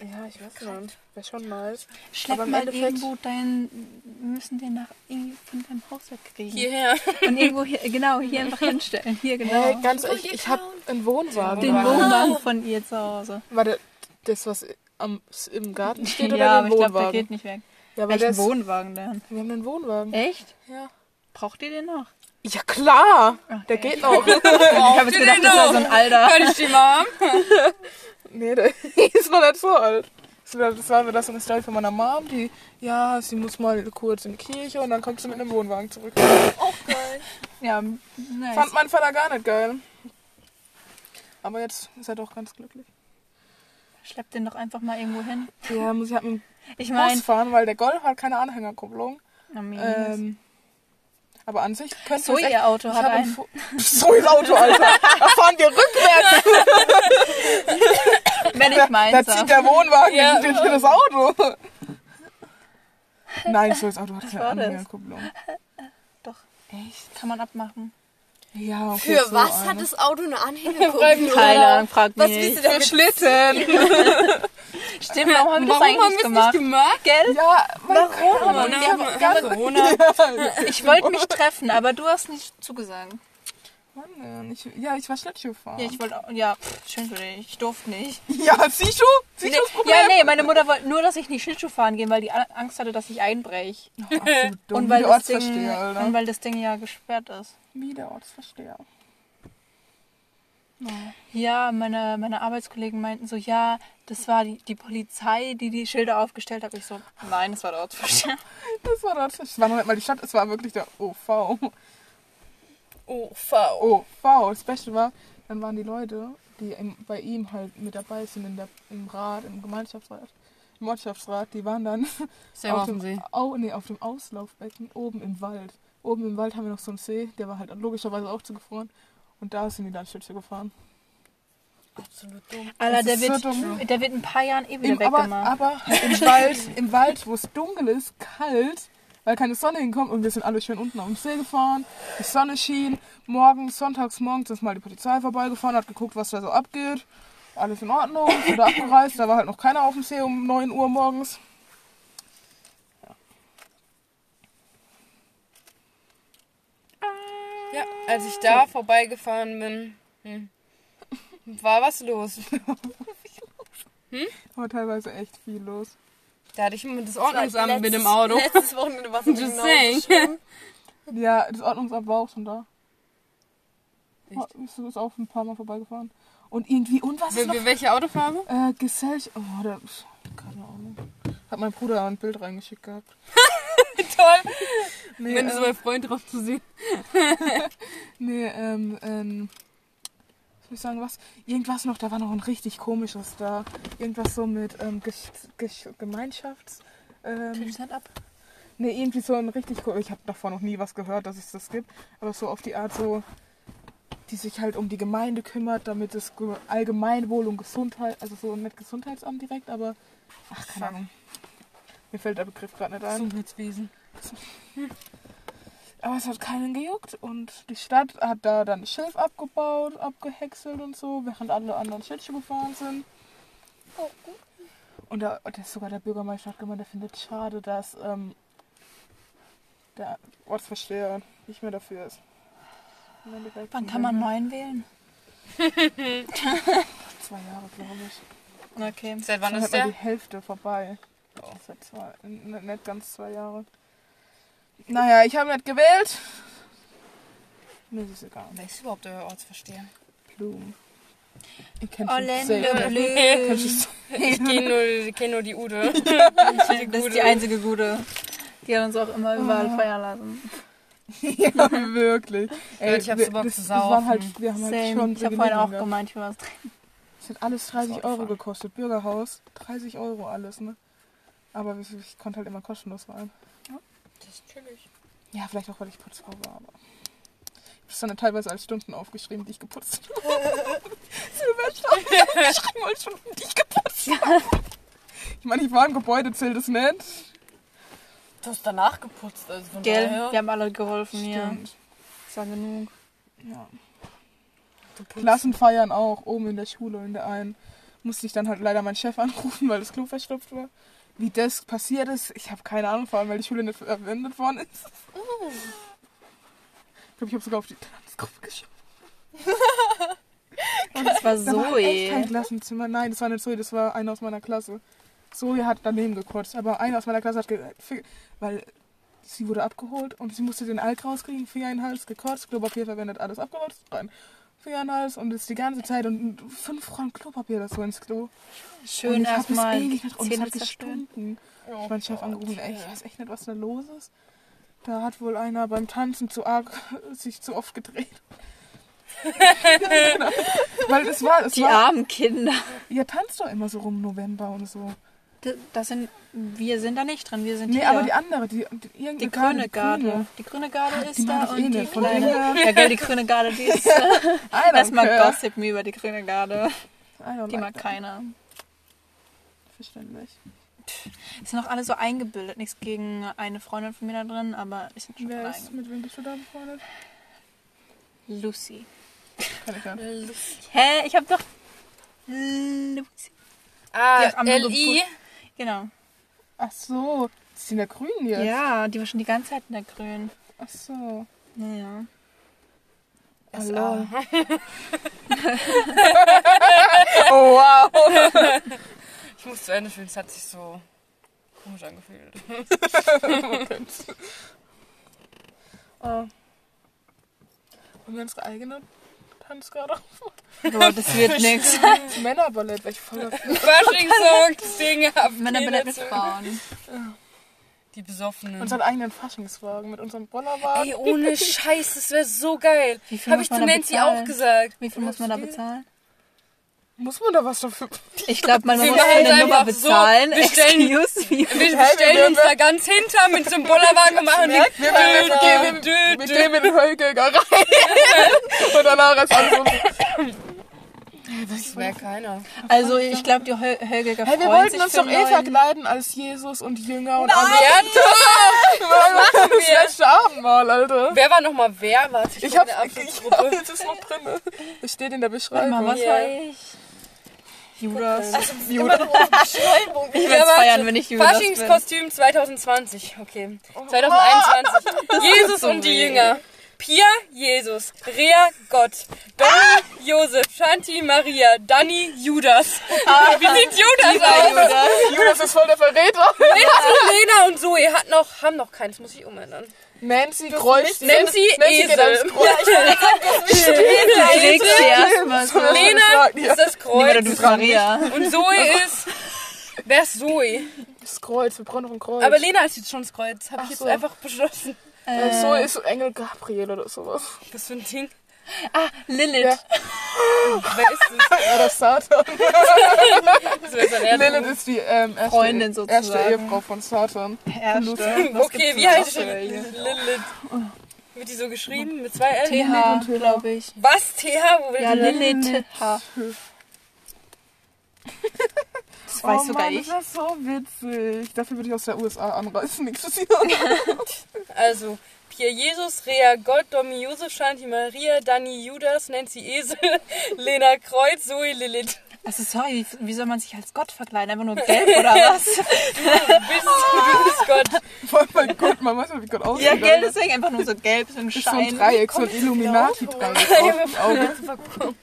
Speaker 2: ja, ich weiß nicht, wäre schon nice.
Speaker 3: Schlepp
Speaker 2: Aber im
Speaker 3: mal
Speaker 2: Endeffekt-
Speaker 3: irgendwo deinen, wir müssen den nach irgendwie von deinem Haus
Speaker 6: [laughs]
Speaker 3: wegkriegen.
Speaker 1: Hierher.
Speaker 3: Und irgendwo hier, genau, hier einfach hinstellen. Hier, genau.
Speaker 2: Hey, ganz ehrlich, ich hab einen Wohnwagen.
Speaker 3: den
Speaker 2: Wa-
Speaker 3: Wohnwagen von ihr zu Hause.
Speaker 2: Warte, das, was am, im Garten steht, oder
Speaker 3: [laughs] ja,
Speaker 2: den
Speaker 3: aber ich glaube, der
Speaker 2: Wohnwagen?
Speaker 3: geht nicht weg.
Speaker 2: ja, aber der
Speaker 3: Welchen
Speaker 2: ist,
Speaker 3: Wohnwagen denn?
Speaker 2: wir haben einen Wohnwagen.
Speaker 3: Echt?
Speaker 2: Ja.
Speaker 3: Braucht ihr den noch?
Speaker 2: Ja, klar, der
Speaker 3: Okay.
Speaker 2: geht noch.
Speaker 3: [laughs] ich habe jetzt
Speaker 1: ihr
Speaker 3: gedacht,
Speaker 1: den
Speaker 3: das
Speaker 1: noch?
Speaker 3: wäre so ein alter.
Speaker 1: Kann ich die mal haben?
Speaker 2: Nee, der [laughs] ist noch nicht so alt. Das war- Das war mir das so eine Story von meiner Mom, die, ja, sie muss mal kurz in die Kirche und dann kommt sie mit einem Wohnwagen zurück.
Speaker 3: Ja, nice.
Speaker 2: Fand mein Vater gar nicht geil. Aber jetzt ist er doch ganz glücklich.
Speaker 3: Schlepp den doch einfach mal irgendwo hin.
Speaker 2: Ja, muss ich halt mit
Speaker 3: Ich
Speaker 2: dem Bus
Speaker 3: meine,
Speaker 2: fahren, weil der Golf hat keine Anhängerkupplung.
Speaker 3: ähm,
Speaker 2: Ähm, aber an sich könnte
Speaker 3: so
Speaker 2: es echt-
Speaker 3: ihr Auto
Speaker 2: Ich
Speaker 3: hat
Speaker 2: hab ein
Speaker 3: einen.
Speaker 2: Fo- [laughs] So ihr Auto, Alter. Da fahren [laughs] wir rückwärts.
Speaker 3: Wenn ich
Speaker 2: Da
Speaker 3: meins
Speaker 2: zieht
Speaker 3: hab.
Speaker 2: der Wohnwagen durch das Auto. Nein, so das Auto hat keine
Speaker 3: war das?
Speaker 2: Anhängerkupplung.
Speaker 3: Doch. Echt? Kann man abmachen.
Speaker 2: Ja, okay,
Speaker 6: Für
Speaker 2: so
Speaker 6: was
Speaker 2: eine.
Speaker 6: hat das Auto eine [laughs] Anhängerkupplung?
Speaker 3: Keine Ahnung, frag
Speaker 6: Was
Speaker 3: mich.
Speaker 6: willst du
Speaker 3: nicht.
Speaker 6: damit?
Speaker 2: Schlitten?
Speaker 3: Stimmt, warum haben
Speaker 1: Warum haben
Speaker 3: wir das
Speaker 1: wir
Speaker 3: eigentlich
Speaker 1: es
Speaker 3: nicht
Speaker 1: nicht
Speaker 3: gemacht?
Speaker 1: gemacht?
Speaker 3: Gell?
Speaker 2: Ja, weil Corona.
Speaker 1: Corona. Wir haben Corona.
Speaker 3: Ich wollte mich treffen, aber du hast nicht zugesagt.
Speaker 2: Mann, ich, [laughs] ja, ich war Schlittschuh fahren.
Speaker 3: Ja, ich wollte auch, ja, pff, schön für dich. Ich durfte nicht.
Speaker 2: Ja, Sichu? Sichus
Speaker 3: Nee,
Speaker 2: Problem?
Speaker 3: ja, nee, meine Mutter wollte nur, dass ich nicht Schlittschuh fahren gehe, weil die A- Angst hatte, dass ich einbreche.
Speaker 2: Ach, so dumm.
Speaker 3: Und
Speaker 2: Wie
Speaker 3: weil,
Speaker 2: der
Speaker 3: das Ding,
Speaker 2: Ortsversteher, Alter.
Speaker 3: und weil das Ding ja gesperrt ist.
Speaker 2: Wie der Ortsversteher.
Speaker 3: Ja, meine, meine Arbeitskollegen meinten so, ja, das war die, die Polizei, die die Schilder aufgestellt hat. Ich so, nein, das war der Ortsvorsteher.
Speaker 2: Das war dort. Es war noch nicht mal die Stadt, es war wirklich der OV.
Speaker 4: Oh, V.
Speaker 2: OV. Das Beste war, dann waren die Leute, die im, bei ihm halt mit dabei sind in der, im Rat, im Gemeinschaftsrat, im Ortschaftsrat, die waren dann
Speaker 1: Selber auf dem
Speaker 2: dem,
Speaker 1: See.
Speaker 2: Au, nee, auf dem Auslaufbecken oben im Wald. Oben im Wald haben wir noch so einen See, der war halt logischerweise auch zugefroren. Und da sind die dann Schütze gefahren.
Speaker 4: Absolut dumm.
Speaker 3: Alter,
Speaker 2: Das
Speaker 3: der
Speaker 2: ist
Speaker 3: wird,
Speaker 2: so dumm.
Speaker 3: der wird in ein paar Jahren eh wieder
Speaker 2: Im, aber
Speaker 3: weggemacht.
Speaker 2: aber [laughs] halt im Wald, im Wald, wo es dunkel ist, kalt, weil keine Sonne hinkommt und wir sind alle schön unten am See gefahren. Die Sonne schien. Morgens, sonntags morgens ist mal die Polizei vorbeigefahren, hat geguckt, was da so abgeht. Alles in Ordnung, wurde abgereist, da war halt noch keiner auf dem See um 9 Uhr morgens.
Speaker 1: Ja, als ich da vorbeigefahren bin, hm, war was los.
Speaker 2: War teilweise echt viel los.
Speaker 1: Da hatte ich immer das
Speaker 6: war
Speaker 1: Ordnungsamt mit
Speaker 6: letztes-
Speaker 1: dem Auto.
Speaker 6: Letztes Wochenende
Speaker 1: [laughs]
Speaker 6: war es
Speaker 1: Just saying.
Speaker 2: Ja, das Ordnungsamt war auch schon da. Echt? Ist ist auch ein paar Mal vorbeigefahren. Und irgendwie, und was ist
Speaker 1: Wel-
Speaker 2: noch?
Speaker 1: wel- Welche
Speaker 2: [laughs]
Speaker 1: Autofarbe?
Speaker 2: Äh, Gesellschaft. Oh, da. Keine Ahnung. Hat mein Bruder ein Bild reingeschickt gehabt.
Speaker 1: Toll,
Speaker 2: Nee,
Speaker 1: wenn so
Speaker 2: ähm,
Speaker 1: mein Freund drauf zu sehen.
Speaker 2: nee, ähm, ähm. Soll ich sagen, was? Irgendwas noch, da war noch ein richtig komisches da. Irgendwas so mit ähm, Gesch Gesch Gemeinschafts. Ähm,
Speaker 3: Tisch nicht ab.
Speaker 2: nee, irgendwie so ein richtig komisches. Ich habe davor noch nie was gehört, dass es das gibt. Aber so auf die Art so, die sich halt um die Gemeinde kümmert, damit es ge- Allgemeinwohl und Gesundheit, also so nicht Gesundheitsamt direkt, aber. Ach, keine Ahnung. Mir fällt der Begriff gerade nicht ein.
Speaker 1: Gesundheitswesen.
Speaker 2: Aber es hat keinen gejuckt und die Stadt hat da dann Schilf abgebaut, abgehäckselt und so, während alle anderen Schildsche gefahren sind. Und da, und das sogar der Bürgermeister hat gemeint, er findet es schade, dass ähm, der Ortsversteher nicht mehr dafür ist. Und dann direkt
Speaker 3: Wann kann man einen neuen wählen?
Speaker 2: Zwei Jahre, glaube ich.
Speaker 3: Okay.
Speaker 1: Seit
Speaker 2: Dann
Speaker 1: wann
Speaker 2: hat
Speaker 1: ist
Speaker 2: man
Speaker 1: der?
Speaker 2: die Hälfte vorbei. Seit zwei, n- nicht ganz zwei Jahre. Naja, ich habe nicht gewählt. Mir ist es egal.
Speaker 1: Wer ist überhaupt der Ortsversteher?
Speaker 2: Blumen. Ich
Speaker 3: Oh,
Speaker 2: kenne
Speaker 3: Orlando
Speaker 1: Ich
Speaker 3: Bloom.
Speaker 1: kenne nur, ich kenn nur die Ude.
Speaker 3: Das ist die einzige gute. Die hat uns auch immer
Speaker 2: Oh.
Speaker 3: überall feiern lassen.
Speaker 2: [laughs] Ja, wirklich.
Speaker 1: Leute, ich hab so
Speaker 2: wir-
Speaker 1: Bock
Speaker 2: das,
Speaker 1: zu
Speaker 2: das waren
Speaker 1: saufen.
Speaker 2: halt, wir haben halt
Speaker 3: Same.
Speaker 2: schon
Speaker 3: Ich habe vorhin auch
Speaker 2: Privilegien
Speaker 3: gemeint, ich will was trinken.
Speaker 2: gehabt. Das hat alles
Speaker 1: Das
Speaker 2: 30
Speaker 1: war
Speaker 2: Euro
Speaker 1: abgefahren.
Speaker 2: gekostet. Bürgerhaus, 30 Euro alles, ne? Aber ich, ich konnte halt immer kostenlos rein.
Speaker 6: Das ist chillig.
Speaker 2: Ja, vielleicht auch, weil ich Putzfrau war, aber... Ich hab's dann teilweise als Stunden aufgeschrieben, die ich geputzt [laughs] habe. Silvester, ich schreibe mal Stunden, die ich geputzt habe. Ich meine, ich war im Gebäude, zählt es nicht.
Speaker 4: Du hast danach geputzt, also von
Speaker 3: Gell?
Speaker 4: daher.
Speaker 3: Wir haben alle geholfen hier.
Speaker 2: Stimmt.
Speaker 3: Das war genug.
Speaker 2: Ja.
Speaker 4: Du putzt.
Speaker 2: Klassenfeiern auch, oben in der Schule in der einen. Musste ich dann halt leider meinen Chef anrufen, weil das Klo verstopft war. Wie das passiert ist, ich habe keine Ahnung, vor allem weil die Schule nicht verwendet worden ist. Ich glaube, ich habe sogar auf die Tanzgruppe geschaut.
Speaker 3: Das war eh
Speaker 2: Da war halt echt kein
Speaker 3: Zoe.
Speaker 2: Klassenzimmer. Nein, das war nicht Zoe, das war einer aus meiner Klasse. Zoe hat daneben gekotzt, aber einer aus meiner Klasse hat ge weil sie wurde abgeholt und sie musste den Alk rauskriegen, Finger in den Hals, gekotzt, Klopapier verwendet, alles abgerotzt, rein. Finger in den Hals und das die ganze Zeit und fünf Rollen Klopapier oder so ins Klo. Und
Speaker 3: Schön
Speaker 2: ich hab das
Speaker 3: erstmal
Speaker 2: ewig nicht- Und es
Speaker 3: Zähne
Speaker 2: hat
Speaker 3: zerstören. Oh
Speaker 2: gestunken. Ich mein Chef angerufen, ey, ich weiß echt nicht, was da los ist. Da hat wohl einer beim Tanzen zu arg [laughs] sich zu oft
Speaker 3: [laughs]
Speaker 2: gedreht. [laughs] Weil es war, es
Speaker 3: Die
Speaker 2: war,
Speaker 3: armen Kinder.
Speaker 2: ihr tanzt doch immer so rum November und so.
Speaker 3: D- Das sind, wir sind da nicht drin, wir sind
Speaker 2: Nee,
Speaker 3: hier.
Speaker 2: aber die andere, die, die, irgendeine
Speaker 3: die
Speaker 2: Garde,
Speaker 3: grüne Garde.
Speaker 2: Grüne.
Speaker 3: [laughs] Die grüne Garde
Speaker 2: Die
Speaker 3: ist da
Speaker 2: mag ich eh
Speaker 3: und die
Speaker 2: nicht. Von
Speaker 3: kleine.
Speaker 2: dem her,
Speaker 3: Ja, gell, die grüne Garde, die [laughs] ist.
Speaker 2: I
Speaker 3: Lass
Speaker 2: don't
Speaker 3: mal
Speaker 2: care.
Speaker 3: gossipen über die grüne Garde.
Speaker 2: I don't
Speaker 3: Die
Speaker 2: like
Speaker 3: mag
Speaker 2: that.
Speaker 3: keiner.
Speaker 2: Verständlich.
Speaker 3: Die sind auch alle so eingebildet. Nichts gegen eine Freundin von mir da drin, aber ich sind schon alle
Speaker 2: Wer ist, mit
Speaker 3: eingebildet.
Speaker 2: wem bist du da befreundet?
Speaker 3: Lucy.
Speaker 2: Kann ich nicht.
Speaker 3: Hä? Ich hab doch. Lucy.
Speaker 1: Ah,
Speaker 3: Die haben am
Speaker 1: L.I.
Speaker 3: Genau.
Speaker 2: Ach so, ist die in der Grünen jetzt?
Speaker 3: Ja, die war schon die ganze Zeit in der Grünen.
Speaker 2: Ach so.
Speaker 3: Naja.
Speaker 2: Hallo.
Speaker 3: [laughs]
Speaker 2: oh wow.
Speaker 1: Ich muss zu Ende fühlen, es hat sich so komisch angefühlt.
Speaker 2: Oh. Haben wir unsere eigene Tanzgarde auf?
Speaker 3: Boah, das wird nichts.
Speaker 2: Männerballett, weil ich voll dafür.
Speaker 1: Fasching-Song, Dinge ab.
Speaker 3: Männer
Speaker 1: Kehle
Speaker 3: Ballett mit
Speaker 1: zu.
Speaker 3: Frauen.
Speaker 1: Die Besoffenen.
Speaker 2: Unseren eigenen Faschingswagen mit unserem Bollerwagen.
Speaker 1: Ey, ohne Scheiß, das wäre so geil.
Speaker 3: Wie viel
Speaker 1: Habe
Speaker 3: muss
Speaker 1: ich
Speaker 3: man
Speaker 1: zu
Speaker 3: da
Speaker 1: Nancy
Speaker 3: bezahlen?
Speaker 1: auch gesagt.
Speaker 3: Wie viel muss man da bezahlen?
Speaker 2: Muss man da was dafür?
Speaker 3: Ich glaube, man
Speaker 1: Wir
Speaker 3: muss
Speaker 1: machen es
Speaker 3: eine Nummer
Speaker 1: einfach so.
Speaker 3: bezahlen.
Speaker 1: Wir stellen-
Speaker 3: Excuse
Speaker 1: [laughs]
Speaker 3: me.
Speaker 1: Wir
Speaker 2: wir
Speaker 1: stellen uns
Speaker 2: werden-
Speaker 1: da ganz hinter mit so einem Bollerwagen und machen die.
Speaker 2: Wir, wir, wir, gehen, in-
Speaker 1: Dö,
Speaker 2: wir
Speaker 1: dö.
Speaker 2: gehen in den Heugöger rein. [laughs] Und danach ist alles um.
Speaker 1: Das wäre keiner.
Speaker 3: Also ich glaube, die Hel- Helge
Speaker 2: Hey, wir
Speaker 3: freuen
Speaker 2: wollten
Speaker 3: sich
Speaker 2: uns
Speaker 3: für
Speaker 2: doch eh
Speaker 3: einen neuen-
Speaker 2: verkleiden als Jesus und Jünger und andere.
Speaker 1: Ja, doch.
Speaker 2: Das letzte Abendmahl, Alter.
Speaker 1: Wer war nochmal wer? Warte, ich,
Speaker 2: Ich
Speaker 1: hab
Speaker 2: hab,
Speaker 1: eine
Speaker 2: ich
Speaker 1: Abschlussgruppe.
Speaker 2: hab jetzt ist noch drin. Das steht in der
Speaker 3: Warte
Speaker 2: Beschreibung.
Speaker 3: mal, was
Speaker 1: Ja.
Speaker 3: war ich? Judas.
Speaker 2: Judas.
Speaker 3: Ich
Speaker 1: Ja,
Speaker 3: würde
Speaker 1: aber
Speaker 3: feiern, wenn ich Judas bin.
Speaker 1: Faschingskostüm 2020. Okay.
Speaker 2: Oh.
Speaker 1: 2021. [laughs]
Speaker 2: [laughs]
Speaker 1: Jesus und die Jünger. Pia, Jesus. Rea, Gott. Donny,
Speaker 2: Ah!
Speaker 1: Josef. Shanti, Maria. Dani, Judas.
Speaker 2: Ah.
Speaker 1: Wie sieht Judas aus?
Speaker 2: Judas ist voll der Verräter.
Speaker 1: Nancy, Lena und Zoe hat noch, haben noch keins, muss ich umändern.
Speaker 2: Nancy Kreuz.
Speaker 1: Nancy,
Speaker 2: geht ans
Speaker 1: Esel.
Speaker 2: Kreuz.
Speaker 3: Du legst
Speaker 2: [laughs]
Speaker 3: dir erstmal so.
Speaker 2: Nee.
Speaker 1: Lena ist das
Speaker 3: Oder du
Speaker 1: Kreuz.
Speaker 3: bist Maria.
Speaker 1: Und [laughs] Zoe ist. Wer ist Zoe?
Speaker 2: Das Kreuz, wir brauchen noch ein Kreuz.
Speaker 1: Aber Lena ist jetzt schon das Kreuz. Habe ich
Speaker 2: Ach
Speaker 1: jetzt
Speaker 2: so.
Speaker 1: einfach beschlossen.
Speaker 2: Äh, so ist so Engel Gabriel oder sowas.
Speaker 1: Was für ein Ding. Ah,
Speaker 3: Lilith.
Speaker 2: Ja.
Speaker 1: Wer ist das?
Speaker 2: Oder Satan.
Speaker 1: das ist also ein Erdbeer.
Speaker 2: Lilith ist die ähm, erste,
Speaker 3: Freundin sozusagen.
Speaker 2: erste Ehefrau von Satan.
Speaker 3: Erste.
Speaker 1: Okay, wie heißt sie? Lilith. Wird die so geschrieben? Mit zwei L?
Speaker 3: TH, glaube ich.
Speaker 1: Was? TH? Wo will
Speaker 3: Ja,
Speaker 1: die hin?
Speaker 3: Lilith. H.
Speaker 2: Oh
Speaker 3: Das weiß sogar
Speaker 2: Das
Speaker 3: ich.
Speaker 2: wäre so witzig. Dafür würde ich aus der USA anreisen [laughs] nächstes Jahr.
Speaker 1: Also, Pierre Jesus, Rea Gott, Domi Josef, Shanti Maria, Dani Judas, Nancy Esel, [laughs] Lena Kreuz, Zoe Lilith.
Speaker 3: Also sorry, wie- wie soll man sich als Gott verkleiden? Einfach nur gelb oder was?
Speaker 1: Du bist, du bist Gott.
Speaker 2: Voll mein Gott, man weiß mal, wie Gott aussieht.
Speaker 3: ja, gelb
Speaker 2: Das
Speaker 3: deswegen einfach nur so gelb, so ein
Speaker 2: ist so ein
Speaker 3: Schein.
Speaker 2: Dreieck, so ein Illuminati-Dreieck. auf dem Auge.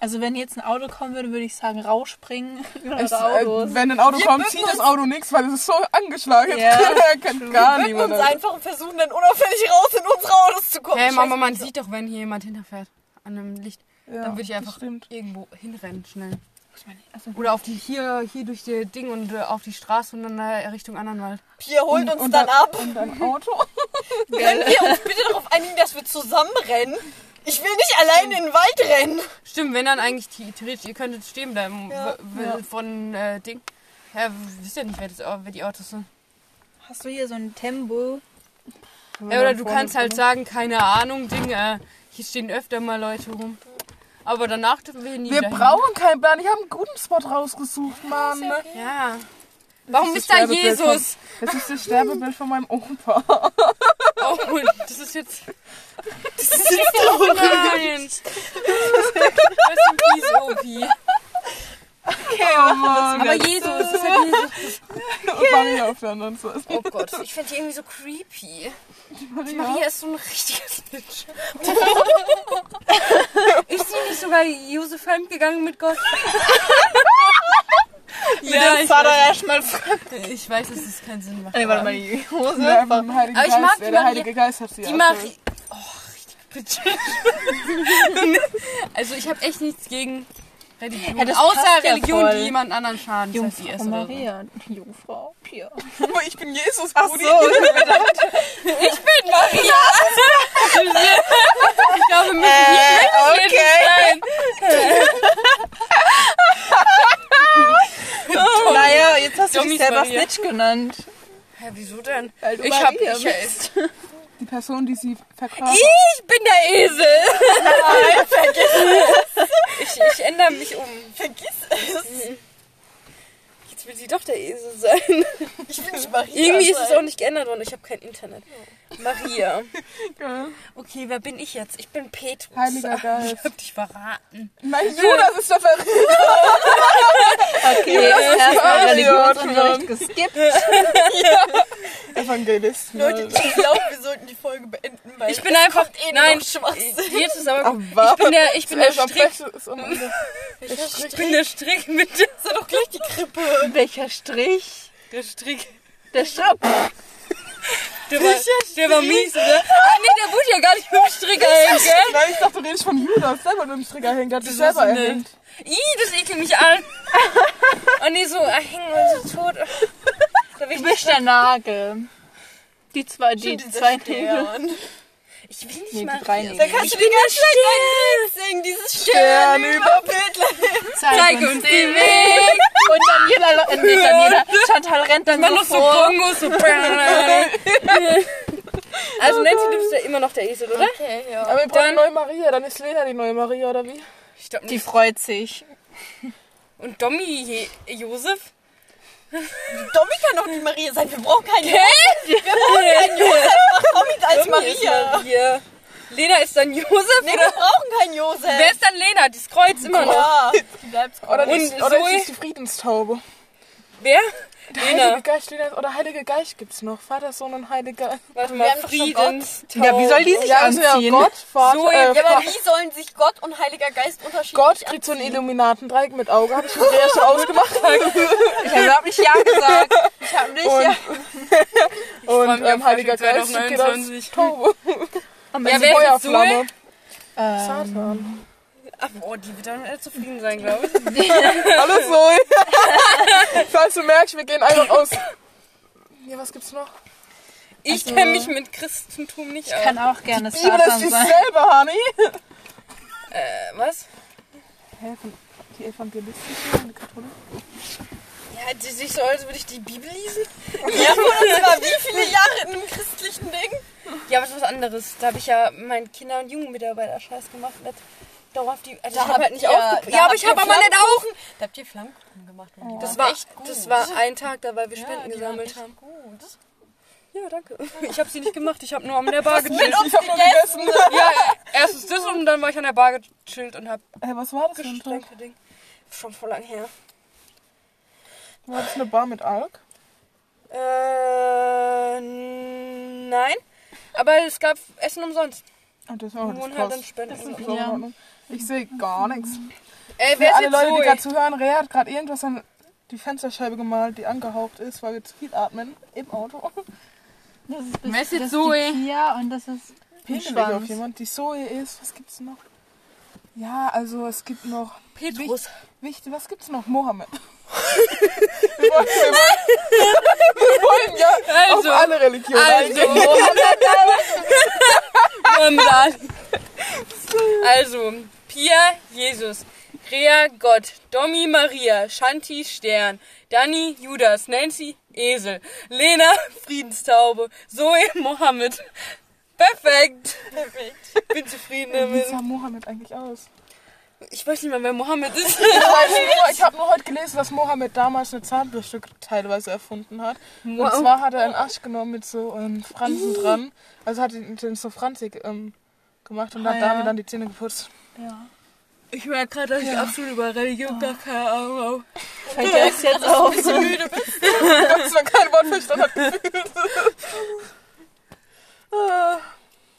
Speaker 3: also wenn jetzt ein Auto kommen würde, würde ich sagen, [laughs] rausspringen über
Speaker 2: Es,
Speaker 3: eure
Speaker 2: äh,
Speaker 3: Autos.
Speaker 2: wenn ein Auto kommt, zieht das Auto nichts, weil es ist so angeschlagen. Jetzt [laughs]
Speaker 3: Ja.
Speaker 2: er kennt gar
Speaker 4: Wir
Speaker 2: Ah, niemand.
Speaker 4: uns einfach und versuchen dann unauffällig raus in unsere Autos zu kommen.
Speaker 1: Hey Mama,
Speaker 4: Scheiß
Speaker 1: man
Speaker 4: Blitzer.
Speaker 1: sieht doch, wenn hier jemand hinterfährt. An einem Licht.
Speaker 2: Ja,
Speaker 1: Dann würde ich einfach [laughs]
Speaker 2: Stimmt.
Speaker 1: irgendwo hinrennen, schnell.
Speaker 3: also-
Speaker 1: Oder auf die hier, hier durch die Ding und äh, auf die Straße und dann äh, Richtung Annenwald.
Speaker 4: Pia holt uns
Speaker 2: und
Speaker 4: dann ab.
Speaker 2: Und ein Auto.
Speaker 4: Können wir uns bitte darauf einigen, dass wir zusammenrennen? Ich will nicht allein in den Wald rennen.
Speaker 1: Stimmt, wenn dann eigentlich the- theoretisch, ihr könntet stehen bleiben w- w- von äh, Ding. Ja, w- wisst ihr nicht, wer, das, Au- wer die Autos sind.
Speaker 3: Hast du hier so ein Tempo?
Speaker 1: Ja, oder du kannst halt sagen, keine Ahnung, Ding, äh, hier stehen öfter mal Leute rum. Aber danach dürfen wir nie
Speaker 2: Wir
Speaker 1: dahin.
Speaker 2: brauchen keinen Plan. Ich habe einen guten Spot rausgesucht, Mann.
Speaker 1: Ja. Warum
Speaker 2: Das
Speaker 1: ist da
Speaker 2: Sterbebild
Speaker 1: Jesus?
Speaker 2: Von, das ist das Sterbebild von meinem Opa.
Speaker 1: Oh, [laughs] das ist jetzt. Das ist jetzt oh nein! Was ist Opi?
Speaker 2: Oh Mann.
Speaker 1: Aber Jesus, das ist
Speaker 2: [laughs]
Speaker 1: halt Jesus.
Speaker 2: Und Maria aufhören und so.
Speaker 1: Oh Gott, ich finde die irgendwie so creepy. Die Maria ist so ein richtiges Bitch. [laughs] ist sie nicht sogar Josef heimgegangen mit Gott? [laughs] ja, ich
Speaker 3: Vater
Speaker 1: weiß,
Speaker 3: erstmal
Speaker 1: ich weiß, dass es keinen Sinn macht.
Speaker 3: Nee, warte
Speaker 1: aber-
Speaker 3: mal, die Hose.
Speaker 2: Ja, mit dem Heiligen
Speaker 1: Aber ich
Speaker 2: Geist.
Speaker 1: mag die
Speaker 2: ja, der
Speaker 1: Maria-
Speaker 2: Heilige Geist hat sie
Speaker 1: Die
Speaker 2: ja
Speaker 1: Maria.
Speaker 2: erzählt.
Speaker 1: Oh, richtig bitch. [laughs] also ich habe echt nichts gegen Religion.
Speaker 3: Ja, das
Speaker 1: außer
Speaker 3: passt ja
Speaker 1: Religion,
Speaker 3: voll.
Speaker 1: die jemand anderen schaden. Das heißt, die
Speaker 3: Jungfrau
Speaker 1: ist oder so.
Speaker 3: Maria. Jungfrau Pia.
Speaker 2: Aber ich bin Jesus,
Speaker 3: Ach
Speaker 2: Brudi.
Speaker 3: so, ich hab gedacht,
Speaker 1: Ich glaube, wir müssen nicht mit okay. Oh.
Speaker 3: naja, jetzt hast du
Speaker 1: Dummies
Speaker 3: dich selber
Speaker 1: Maria.
Speaker 3: Snitch genannt.
Speaker 1: Hä, wieso denn?
Speaker 3: Weil du
Speaker 1: Ich, hab,
Speaker 3: Maria
Speaker 1: ich,
Speaker 3: bist.
Speaker 1: ich
Speaker 2: Die Person, die sie verkörpert.
Speaker 1: bin der Esel. ich, ich ändere mich um. Mhm.
Speaker 4: Vergiss es.
Speaker 1: Jetzt will sie doch der Esel sein.
Speaker 4: Ich will nicht Maria
Speaker 1: Irgendwie ist
Speaker 4: sein.
Speaker 1: es auch nicht geändert worden. Ich habe kein Internet. Maria.
Speaker 2: Geil.
Speaker 1: Okay, wer bin ich jetzt? Ich bin Petrus.
Speaker 2: Heiliger Geist.
Speaker 1: Ich hab dich verraten.
Speaker 2: Nein, Judas ist der Verräter.
Speaker 3: Okay, erstmal
Speaker 2: Maria.
Speaker 3: Religionsunterricht geskippt.
Speaker 2: Evangelist.
Speaker 4: Leute, ich glaube, wir sollten die Folge beenden, weil
Speaker 1: Ich bin einfach.
Speaker 4: eh nur
Speaker 1: nein,
Speaker 4: noch Schwachsinn.
Speaker 1: jetzt ist aber. gut.
Speaker 2: Aber-
Speaker 1: Ich bin der, ich bin der Strick. Ich bin der Strick mit der,
Speaker 4: Das ist doch gleich die Krippe.
Speaker 3: Welcher Strich?
Speaker 1: der Strick.
Speaker 3: Der Strap.
Speaker 1: Der war, der war mies, oder? Ah, nee, der wurde ja gar nicht mit dem Stricker hängen, gell?
Speaker 2: Nein, ich dachte, du redest von Judas selber mit dem Stricker hängt. Der hat sich selber
Speaker 1: nicht.
Speaker 2: erhängt.
Speaker 1: Ih, das ekelt mich an. Oh nee, so ah, hängen und so tot. Da will ich, nicht,
Speaker 3: der Nagel. Die zwei, die zwei Nägel.
Speaker 1: ich will nicht
Speaker 3: Nee,
Speaker 1: mal
Speaker 3: die drei
Speaker 1: reden.
Speaker 3: Nägel.
Speaker 1: Ich will nur still.
Speaker 6: Deswegen dieses
Speaker 2: Stern über
Speaker 1: Zeig uns den Weg.
Speaker 3: Und Daniela, äh, nicht Daniela, Chantal rennt dann
Speaker 1: Immer
Speaker 3: so
Speaker 1: noch so
Speaker 3: vor.
Speaker 1: Bongos. So also Nancy, du bist ja immer noch der Esel, oder?
Speaker 6: Okay, ja.
Speaker 2: Aber wir brauchen
Speaker 1: Dann-
Speaker 2: eine neue Maria, dann ist Lena die neue Maria, oder wie?
Speaker 1: Ich glaub
Speaker 3: Die
Speaker 1: nicht.
Speaker 3: freut sich.
Speaker 1: Und Dommi Je- Josef?
Speaker 4: Domi kann doch nicht Maria sein. Wir brauchen keine
Speaker 1: [laughs]
Speaker 4: Domi als
Speaker 1: Dommi ist
Speaker 4: Maria.
Speaker 1: Maria. Lena ist dann Josef?
Speaker 4: Nee, wir brauchen keinen Josef.
Speaker 1: Wer ist dann Lena? Die ist Kreuz immer noch.
Speaker 4: Ja.
Speaker 2: Oder, die,
Speaker 1: Und
Speaker 2: oder
Speaker 1: Zoe?
Speaker 2: ist es die Friedenstaube?
Speaker 1: Wer?
Speaker 2: Der
Speaker 1: Lena.
Speaker 2: Heilige Geist, Lena, ist- oder Heilige Geist gibt's noch. Vater, Sohn und Heiliger.
Speaker 1: Warte mal,
Speaker 4: haben doch schon
Speaker 1: Friedenstau.
Speaker 3: Ja, wie soll die sich
Speaker 2: Ja, das sind ja
Speaker 3: anziehen?
Speaker 2: Gott, Vater,
Speaker 1: Zoe,
Speaker 2: äh,
Speaker 1: ja,
Speaker 4: Aber
Speaker 2: Fa-
Speaker 4: wie sollen sich Gott und Heiliger Geist unterschiedlich
Speaker 2: Gott kriegt so einen Illuminatendreieck mit Augen. Hab ich mit Lea schon [laughs] ausgemacht.
Speaker 3: Ich habe nicht Ja gesagt. Ich habe nicht Ja.
Speaker 1: freu
Speaker 2: Und
Speaker 1: mich
Speaker 2: ähm,
Speaker 1: auf
Speaker 2: Heiliger
Speaker 1: Fasching
Speaker 2: Geist geht als
Speaker 1: 2029.
Speaker 2: Taube.
Speaker 1: Ja,
Speaker 2: Die
Speaker 1: wer ist jetzt
Speaker 2: Feuerflamme.
Speaker 1: Zoe?
Speaker 3: Ähm,
Speaker 2: Satan.
Speaker 1: Ach, boah, die wird dann äh, zufrieden sein, glaube ich.
Speaker 2: Hallo Zoe. [laughs] Falls du merkst, wir gehen einfach aus. Ja, was gibt's noch?
Speaker 1: [laughs] Ich kenne mich mit Christentum nicht Äh, aus.
Speaker 3: kann auch gerne
Speaker 2: Bibel ist
Speaker 3: Satan sein.
Speaker 2: dieselbe, Hani.
Speaker 1: Äh, was?
Speaker 2: Die Evangelisten, die Katholiken.
Speaker 1: Ja, die sich so, als würde ich die Bibel lesen. [laughs]
Speaker 4: wie viele Jahre in einem christlichen Ding?
Speaker 1: Ja, aber das ist was anderes. Da habe ich ja meinen Kinder- und Jugendmitarbeiter Scheiß gemacht mit dauerhaft die. Also ich habe halt nicht aufgepasst. Ja, aber ich habe aber nicht auch.
Speaker 4: Da habt ihr Flammkuchen gemacht. Oh.
Speaker 1: Das war, das war ein Tag da, weil wir Spenden gesammelt haben.
Speaker 4: Gut.
Speaker 1: Ja, danke. [laughs] Ich habe sie nicht gemacht, ich habe nur an der Bar gechillt.
Speaker 2: Ich hab nur gegessen.
Speaker 1: Ja, erstens das und dann war ich an der Bar gechillt und habe
Speaker 2: [laughs] Hä, was war das für ein Drink?
Speaker 1: gestrickt. Ding. Schon vor lang her.
Speaker 2: War das eine Bar mit Alk?
Speaker 1: Äh, nein. Aber es gab Essen umsonst.
Speaker 2: Und das, oh,
Speaker 1: Wir
Speaker 2: das
Speaker 1: wurden halt dann
Speaker 2: passt.
Speaker 1: Spenden.
Speaker 2: Das ist
Speaker 1: umsonst.
Speaker 2: auch
Speaker 3: Ja.
Speaker 2: in Ordnung. Ich sehe gar nichts.
Speaker 1: Ey, wer
Speaker 2: Für
Speaker 1: ist
Speaker 2: alle
Speaker 1: jetzt
Speaker 2: Leute, die gerade
Speaker 1: Zoe?
Speaker 2: zuhören, Rea hat gerade irgendwas an die Fensterscheibe gemalt, die angehaucht ist, weil wir zu viel atmen im Auto.
Speaker 3: Das ist,
Speaker 1: Wer ist
Speaker 3: das
Speaker 1: jetzt
Speaker 3: ist
Speaker 1: Zoe?
Speaker 3: die Pia und das ist ein
Speaker 2: Pinsel auf
Speaker 3: Schwanz.
Speaker 2: jemand. Die Zoe ist, was gibt's noch? Ja, also es gibt noch
Speaker 1: Petrus.
Speaker 2: Wichtig, was gibt's noch? Mohammed. wir wollen, wir wollen ja
Speaker 1: Also,
Speaker 2: auf alle Religionen.
Speaker 1: also. [laughs]
Speaker 2: eingehen.
Speaker 1: Mohammed Ali. [laughs] Also, Pia, Jesus. Rea, Gott. Domi, Maria. Shanti, Stern. Dani, Judas. Nancy, Esel. Lena, Friedenstaube. Zoe, [laughs] Mohammed. Perfekt. Perfekt. Bin zufrieden
Speaker 2: Wie
Speaker 1: damit.
Speaker 2: sah Mohammed eigentlich aus?
Speaker 1: Ich weiß nicht mal, wer Mohammed ist. [laughs]
Speaker 2: Ich weiß nur, Ich habe nur heute gelesen, dass Mohammed damals eine Zahnbürste teilweise erfunden hat. Und zwar hat er einen Asch genommen mit so ähm, Fransen dran. Also hat ihn den so franzig ähm, gemacht und hat
Speaker 3: ja.
Speaker 2: damit dann die Zähne geputzt.
Speaker 3: Ja.
Speaker 1: Ich merke gerade, dass ich absolut über Religion gar keine Ahnung habe.
Speaker 3: Fällt dir das jetzt auf?
Speaker 2: Dass man kein Wort verstanden hat.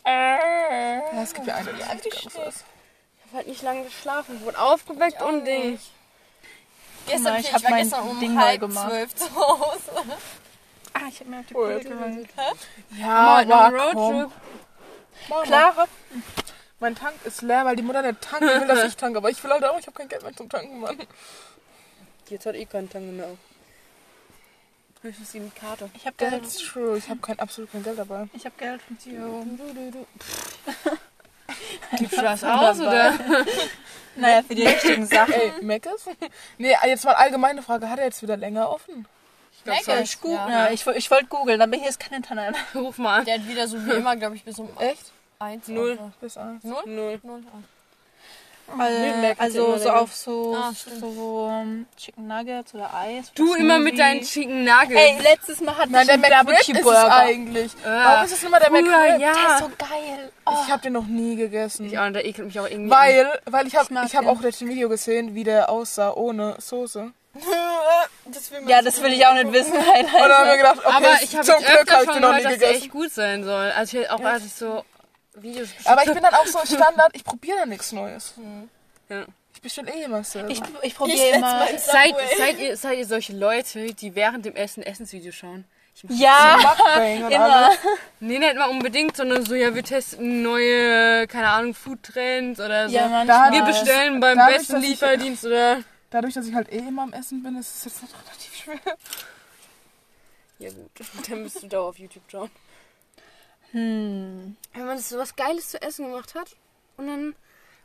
Speaker 2: ja, es gibt ja eine, die eigentlich gar nicht so ist.
Speaker 1: Ich habe halt nicht lange geschlafen, wurde aufgeweckt und Ding.
Speaker 3: Guck mal,
Speaker 4: Gestern,
Speaker 3: ich
Speaker 4: ich,
Speaker 3: hab
Speaker 4: ich war
Speaker 3: mein
Speaker 4: gestern um
Speaker 3: Ding neu
Speaker 4: halb
Speaker 3: gemacht.
Speaker 4: zwölf zu Hause.
Speaker 3: Ah, ich hab mir auf die
Speaker 2: Oh,
Speaker 3: Brille
Speaker 2: jetzt-
Speaker 3: gewankt.
Speaker 2: Ja,
Speaker 1: Heute noch
Speaker 2: war
Speaker 1: ein Roadtrip.
Speaker 2: Mama,
Speaker 3: Clara,
Speaker 2: mein Tank ist leer, weil die Mutter nicht tanken will, dass ich [laughs] tanke. Aber ich will halt auch, ich habe kein Geld mehr zum Tanken, Mann.
Speaker 1: Jetzt hat eh keinen Tango mehr auf. Höchstens die Karte.
Speaker 3: ich hab Geld.
Speaker 2: That's true. Ich habe kein, absolut kein Geld dabei.
Speaker 3: Ich hab Geld 50 Euro.
Speaker 1: Gibst du
Speaker 2: [laughs]
Speaker 1: das aus oder?
Speaker 3: Naja, [laughs] für die richtigen Sachen.
Speaker 2: Ey, Meckes? Nee, jetzt mal allgemeine Frage. Hat er jetzt wieder länger offen? Ich glaub, so.
Speaker 4: Meckes?
Speaker 3: Ja, ich, wo- ich wollte googeln, aber hier ist kein Internet.
Speaker 1: Ruf mal an.
Speaker 4: Der hat wieder so wie immer, glaube ich, bis um
Speaker 2: Echt?
Speaker 4: eins.
Speaker 1: Null.
Speaker 2: Bis eins.
Speaker 1: Null.
Speaker 4: Null.
Speaker 3: Äh,
Speaker 1: merken sie
Speaker 3: also
Speaker 1: immer
Speaker 3: so
Speaker 1: länger.
Speaker 3: auf so,
Speaker 4: Ah, stimmt.
Speaker 3: so ähm, Chicken Nuggets oder Eis.
Speaker 1: Du
Speaker 3: oder
Speaker 1: immer
Speaker 3: Smoothie.
Speaker 1: mit deinen Chicken Nuggets.
Speaker 3: Ey, letztes Mal hatte
Speaker 2: Nein,
Speaker 3: ich
Speaker 2: der
Speaker 3: einen
Speaker 2: McRib
Speaker 3: Barbecue
Speaker 2: ist es
Speaker 3: Burger.
Speaker 2: eigentlich. Warum ist es immer der
Speaker 1: Früher,
Speaker 2: McRib?
Speaker 1: ja.
Speaker 2: Der ist
Speaker 3: So geil.
Speaker 2: so- Ich habe den noch nie gegessen.
Speaker 1: Ja, und da ekelt mich auch irgendwie. an.
Speaker 2: Weil, weil ich habe
Speaker 3: mag
Speaker 2: ich hab
Speaker 3: den.
Speaker 2: auch letztes Video gesehen, wie der aussah ohne [laughs] Soße.
Speaker 4: Das will man
Speaker 3: Ja, das will ich auch nicht wissen. Highlight.
Speaker 2: Und dann haben wir gedacht, okay,
Speaker 1: Aber ich habe
Speaker 2: zum
Speaker 1: jetzt
Speaker 2: Glück
Speaker 1: öfter
Speaker 2: habe ich
Speaker 1: schon
Speaker 2: den noch
Speaker 1: gehört,
Speaker 2: nie
Speaker 1: dass der echt
Speaker 2: gegessen.
Speaker 1: gut sein soll. Also ich, auch als ich so Videos bestellt
Speaker 2: Aber ich bin dann auch so Standard, ich probiere dann nichts [laughs] Neues.
Speaker 1: Ja.
Speaker 2: Ich bestelle eh immer selber.
Speaker 3: Ich, ich probiere immer.
Speaker 1: Seid, seid, ihr, seid ihr solche Leute, die während dem Essen Essensvideos schauen?
Speaker 3: Ja,
Speaker 2: Mukbang und
Speaker 3: immer.
Speaker 2: alles.
Speaker 1: Nee, nicht mal unbedingt, sondern so, ja, wir testen neue, keine Ahnung, Foodtrends oder so.
Speaker 3: Ja,
Speaker 2: Da-
Speaker 3: manchmal.
Speaker 1: wir bestellen beim
Speaker 2: Dadurch,
Speaker 1: besten
Speaker 2: dass ich-
Speaker 1: Lieferdienst oder.
Speaker 2: Dadurch, dass ich halt eh immer am Essen bin, ist es jetzt halt relativ schwer.
Speaker 1: Ja, gut, [laughs] dann bist du da auf YouTube schauen.
Speaker 3: Hm.
Speaker 1: Wenn man so was Geiles zu essen gemacht hat und dann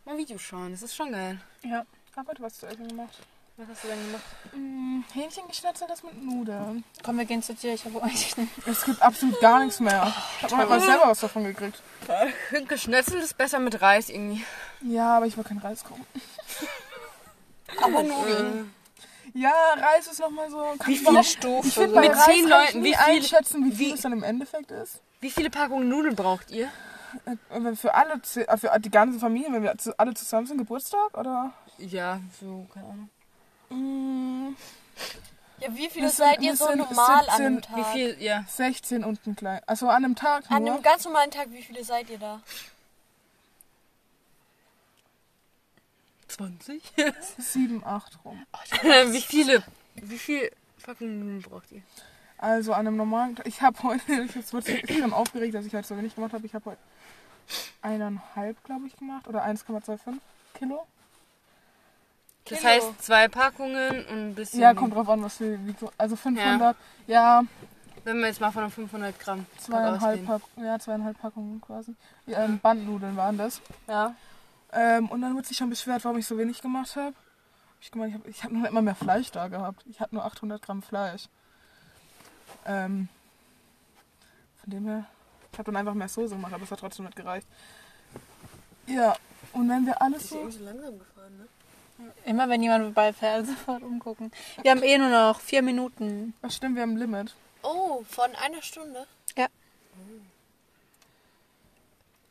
Speaker 1: mal Videos schauen, das ist schon geil.
Speaker 2: Ja. Aber du hast zu essen gemacht.
Speaker 1: Was hast du denn gemacht?
Speaker 2: Mm, Hähnchen geschnetzeltes mit Nudeln.
Speaker 3: Komm, wir gehen zu dir. Ich habe eigentlich nicht.
Speaker 2: Es gibt absolut gar nichts mehr. Ich habe mal selber was davon gekriegt.
Speaker 1: Geschnetzelt ist besser mit Reis irgendwie.
Speaker 2: Ja, aber ich will keinen Reis kochen.
Speaker 4: Aber
Speaker 1: Äh,
Speaker 4: Nudeln.
Speaker 2: Ja, Reis ist nochmal so. Wie
Speaker 3: Eine Stufe.
Speaker 2: Ich finde, bei
Speaker 1: Mit
Speaker 2: Reis
Speaker 1: zehn
Speaker 2: kann ich
Speaker 1: Leuten,
Speaker 2: nie
Speaker 1: wie viel-
Speaker 2: einschätzen, wie viel
Speaker 1: wie-
Speaker 2: es dann im Endeffekt ist.
Speaker 1: Wie viele Packungen Nudeln braucht ihr?
Speaker 2: Äh, wenn Für alle, zehn- äh, für die ganze Familie, wenn wir zu- alle zusammen sind, Geburtstag oder?
Speaker 1: Ja, so, keine Ahnung.
Speaker 2: Mm,
Speaker 4: Ja, wie viele
Speaker 2: Das
Speaker 4: seid
Speaker 2: sind-
Speaker 4: ihr
Speaker 2: das
Speaker 4: so
Speaker 2: sind
Speaker 4: normal an
Speaker 2: 17
Speaker 4: einem Tag?
Speaker 1: Wie viel, ja.
Speaker 2: 16 und ein klein. Also an einem Tag
Speaker 4: An
Speaker 2: nur.
Speaker 4: einem ganz normalen Tag, wie viele seid ihr da?
Speaker 1: [laughs] 20?
Speaker 2: 7, 8 rum.
Speaker 1: wie viele? Wie viel Packungen Nudeln braucht ihr?
Speaker 2: Also an einem normalen Tag. Ich habe heute, [laughs] ich wurde schon aufgeregt, dass ich halt so wenig gemacht habe. Ich habe heute eineinhalb, glaube ich, gemacht. Oder 1,25 Kilo.
Speaker 1: Das
Speaker 4: Kilo.
Speaker 1: heißt zwei Packungen und ein bisschen.
Speaker 2: Ja, kommt drauf an, was wir. wie- Also 500. Ja,
Speaker 1: Wenn wir jetzt mal von einem 500 Gramm
Speaker 2: zweieinhalb,
Speaker 1: ausgehen.
Speaker 2: Pack, ja, zweieinhalb Packungen quasi. Ja, ähm, Bandnudeln waren das.
Speaker 1: Ja.
Speaker 2: Ähm, und dann wurde sich schon beschwert, warum ich so wenig gemacht habe. Ich gemeint, ich habe ich hab noch immer mehr Fleisch da gehabt. Ich hatte nur 800 Gramm Fleisch. Ähm, von dem her, ich habe dann einfach mehr Soße gemacht, aber es hat trotzdem nicht gereicht. Ja, und wenn wir alles so...
Speaker 6: so langsam gefahren, ne?
Speaker 3: Immer wenn jemand vorbeifährt, [laughs] sofort umgucken. Wir haben eh nur noch vier Minuten.
Speaker 2: Ach stimmt, wir haben ein Limit.
Speaker 6: Oh, von einer Stunde?
Speaker 3: Ja.
Speaker 4: Oh.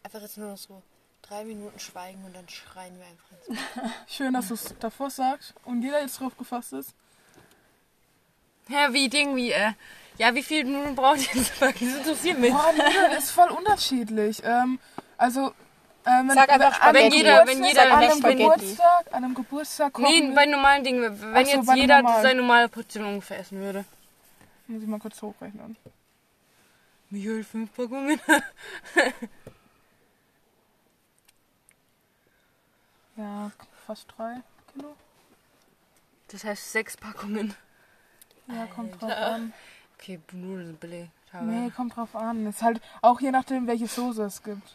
Speaker 6: Einfach jetzt nur noch so drei Minuten schweigen und dann schreien wir einfach ins
Speaker 2: Schön, dass du es davor sagst und jeder jetzt drauf gefasst ist.
Speaker 1: Ja, wie Ding, wie, äh, ja, wie viel Nudeln braucht ihr zu packen? [laughs] Das interessiert mich.
Speaker 2: Boah, Oh, Nudeln ist voll unterschiedlich. Ähm, also, ähm, wenn,
Speaker 3: Sag einfach
Speaker 2: wenn, an
Speaker 1: Spaghetti.
Speaker 2: einem
Speaker 1: Wenn jeder- wenn
Speaker 2: Geburtstag-
Speaker 1: jeder
Speaker 2: an einem
Speaker 3: Spaghetti.
Speaker 2: Geburtstag, an einem Geburtstag kochen
Speaker 1: Nee,
Speaker 2: wir-
Speaker 1: bei normalen Dingen, wenn
Speaker 2: Ach so,
Speaker 1: jetzt
Speaker 2: bei den
Speaker 1: jeder
Speaker 2: normalen.
Speaker 1: seine normale Portion ungefähr essen würde.
Speaker 2: Muss ich mal kurz hochrechnen.
Speaker 1: Michael, fünf Packungen. [laughs]
Speaker 2: Ja, fast drei Kilo.
Speaker 1: Das heißt sechs Packungen.
Speaker 2: Ja, kommt drauf an.
Speaker 1: Okay, Nudeln sind billig.
Speaker 2: Nee,
Speaker 1: teilweise.
Speaker 2: kommt drauf an. Ist halt auch je nachdem, welche Soße es gibt.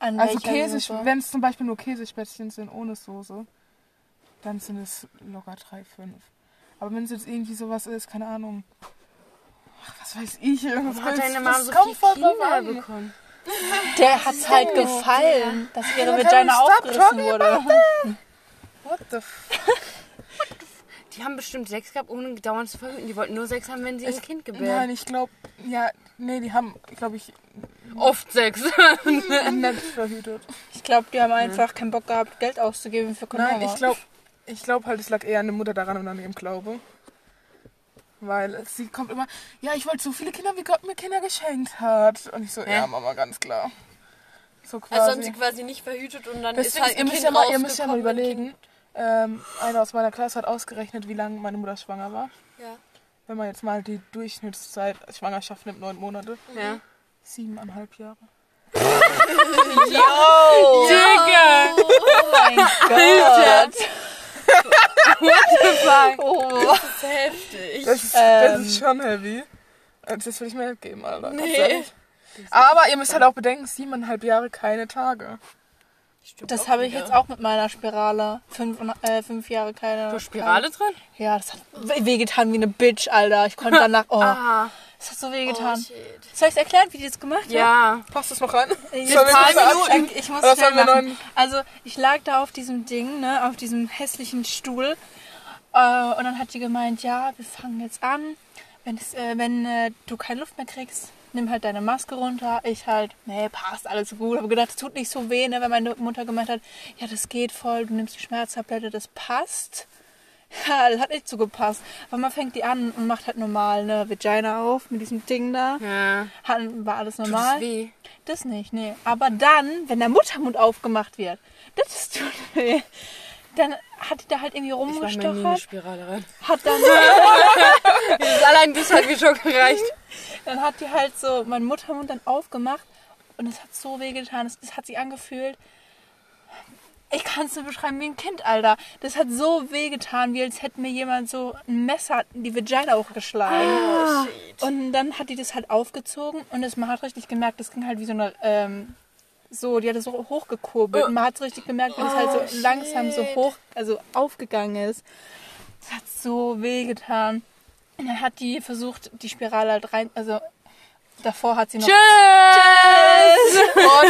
Speaker 3: An
Speaker 2: Also
Speaker 3: welcher
Speaker 2: Käse,
Speaker 3: Soße?
Speaker 2: wenn es zum Beispiel nur Käsespätzchen sind ohne Soße, dann sind es locker drei, fünf. Aber wenn es jetzt irgendwie sowas ist, keine Ahnung. Ach, was weiß ich. Das
Speaker 1: Warum hat deine Mama so
Speaker 2: kommt voll
Speaker 1: viel
Speaker 2: drauf
Speaker 1: Kinder
Speaker 2: an.
Speaker 1: bekommen?
Speaker 3: Der hat's halt gefallen, dass ihre Vagina
Speaker 2: stop
Speaker 3: aufgerissen wurde.
Speaker 2: What the f
Speaker 1: Die haben bestimmt sechs gehabt, ohne dauernd zu verhüten. Die wollten nur sechs haben, wenn sie ein Kind
Speaker 2: Nein,
Speaker 1: gebären.
Speaker 2: ich glaube, ja, nee, die haben, glaube
Speaker 3: [laughs]
Speaker 2: ich,
Speaker 1: Oft [laughs] sechs.
Speaker 2: nett verhütet.
Speaker 3: Ich glaube, die haben einfach keinen Bock gehabt, Geld auszugeben für Kondome.
Speaker 2: Nein, ich
Speaker 3: [laughs]
Speaker 2: glaube ich glaub halt, es lag eher an der Mutter daran und an ihrem Glaube. Weil sie kommt immer, ja, ich wollte so viele Kinder, wie Gott mir Kinder geschenkt hat. Und ich so, ja, Mama, ganz klar. So quasi.
Speaker 4: Also haben sie quasi nicht verhütet und dann
Speaker 2: Deswegen,
Speaker 4: ist halt ein
Speaker 2: ihr, müsst
Speaker 4: Kind
Speaker 2: ja mal, ihr müsst ja mal
Speaker 4: rausgekommen und ein
Speaker 2: überlegen, ähm, einer aus meiner Klasse hat ausgerechnet, wie lange meine Mutter schwanger war.
Speaker 4: Ja.
Speaker 2: Wenn man jetzt mal die Durchschnittszeit Schwangerschaft nimmt, neun Monate.
Speaker 4: Mhm.
Speaker 1: Ja.
Speaker 2: Siebeneinhalb Jahre.
Speaker 1: Digga!
Speaker 3: [laughs] Oh.
Speaker 4: [laughs]
Speaker 2: Das ist, das ist schon heavy. Also, Das will ich mir nicht geben, Alter. ganz ehrlich. Aber ihr müsst halt auch bedenken, siebeneinhalb Jahre keine Tage.
Speaker 3: Das habe ich jetzt auch mit meiner Spirale. Fünf, und- äh, fünf Jahre keine.
Speaker 1: War Spirale drin?
Speaker 3: Ja, das hat we- wehgetan wie eine Bitch, Alter.
Speaker 1: [laughs]
Speaker 3: Ich konnte danach. Oh,
Speaker 1: Ah,
Speaker 3: das hat so
Speaker 4: Kind.
Speaker 3: wehgetan.
Speaker 4: Oh, shit.
Speaker 3: Soll ich es erklären, wie die das gemacht haben?
Speaker 1: ja.
Speaker 2: Passt das noch rein?
Speaker 3: Ich,
Speaker 2: [laughs] Sollen wir kurz mal
Speaker 3: ich, ich muss
Speaker 2: Oder
Speaker 3: schnell
Speaker 2: sollen wir
Speaker 3: machen.
Speaker 2: noch-
Speaker 3: Also ich lag da auf diesem Ding, ne, auf diesem hässlichen Stuhl. Äh, und dann hat die gemeint, ja, wir fangen jetzt an. Wenn, es, äh, wenn äh, du keine Luft mehr kriegst, nimm halt deine Maske runter. Ich halt, nee, passt alles gut. Habe gedacht, es tut nicht so weh, ne, wenn meine Mutter gemeint hat, ja, das geht voll, du nimmst die Schmerztablette, das passt. [laughs] Ja, das hat nicht so gepasst. Aber man fängt die an und macht halt normal, ne, Vagina auf mit diesem Ding da.
Speaker 1: Ja.
Speaker 3: Hat, war alles
Speaker 1: Tut
Speaker 3: normal.
Speaker 1: es weh?
Speaker 3: Das nicht, nee. Aber dann, wenn der Muttermund aufgemacht wird, das tut weh. Dann hat die da halt irgendwie
Speaker 4: Ich war mir nie in die
Speaker 3: rumgestochert,
Speaker 4: Spirale rein.
Speaker 3: hat dann
Speaker 1: Das allein das hat mir schon gereicht.
Speaker 3: Dann hat die halt so meinen Muttermund dann aufgemacht und es hat so weh getan. Es, es hat sich angefühlt. Ich kann es nur beschreiben wie ein Kind, Alter. Das hat so weh getan, wie als hätte mir jemand so ein Messer in die Vagina hochgeschlagen. und dann hat die das halt aufgezogen und das, man hat richtig gemerkt, das ging halt wie so eine. Ähm, so, die hat das so hochgekurbelt. Und man hat richtig gemerkt, wie das halt so langsam so hoch, also aufgegangen ist. Das hat so weh getan. Und dann hat die versucht, die Spirale halt rein. Also davor hat sie noch
Speaker 1: Tschüss!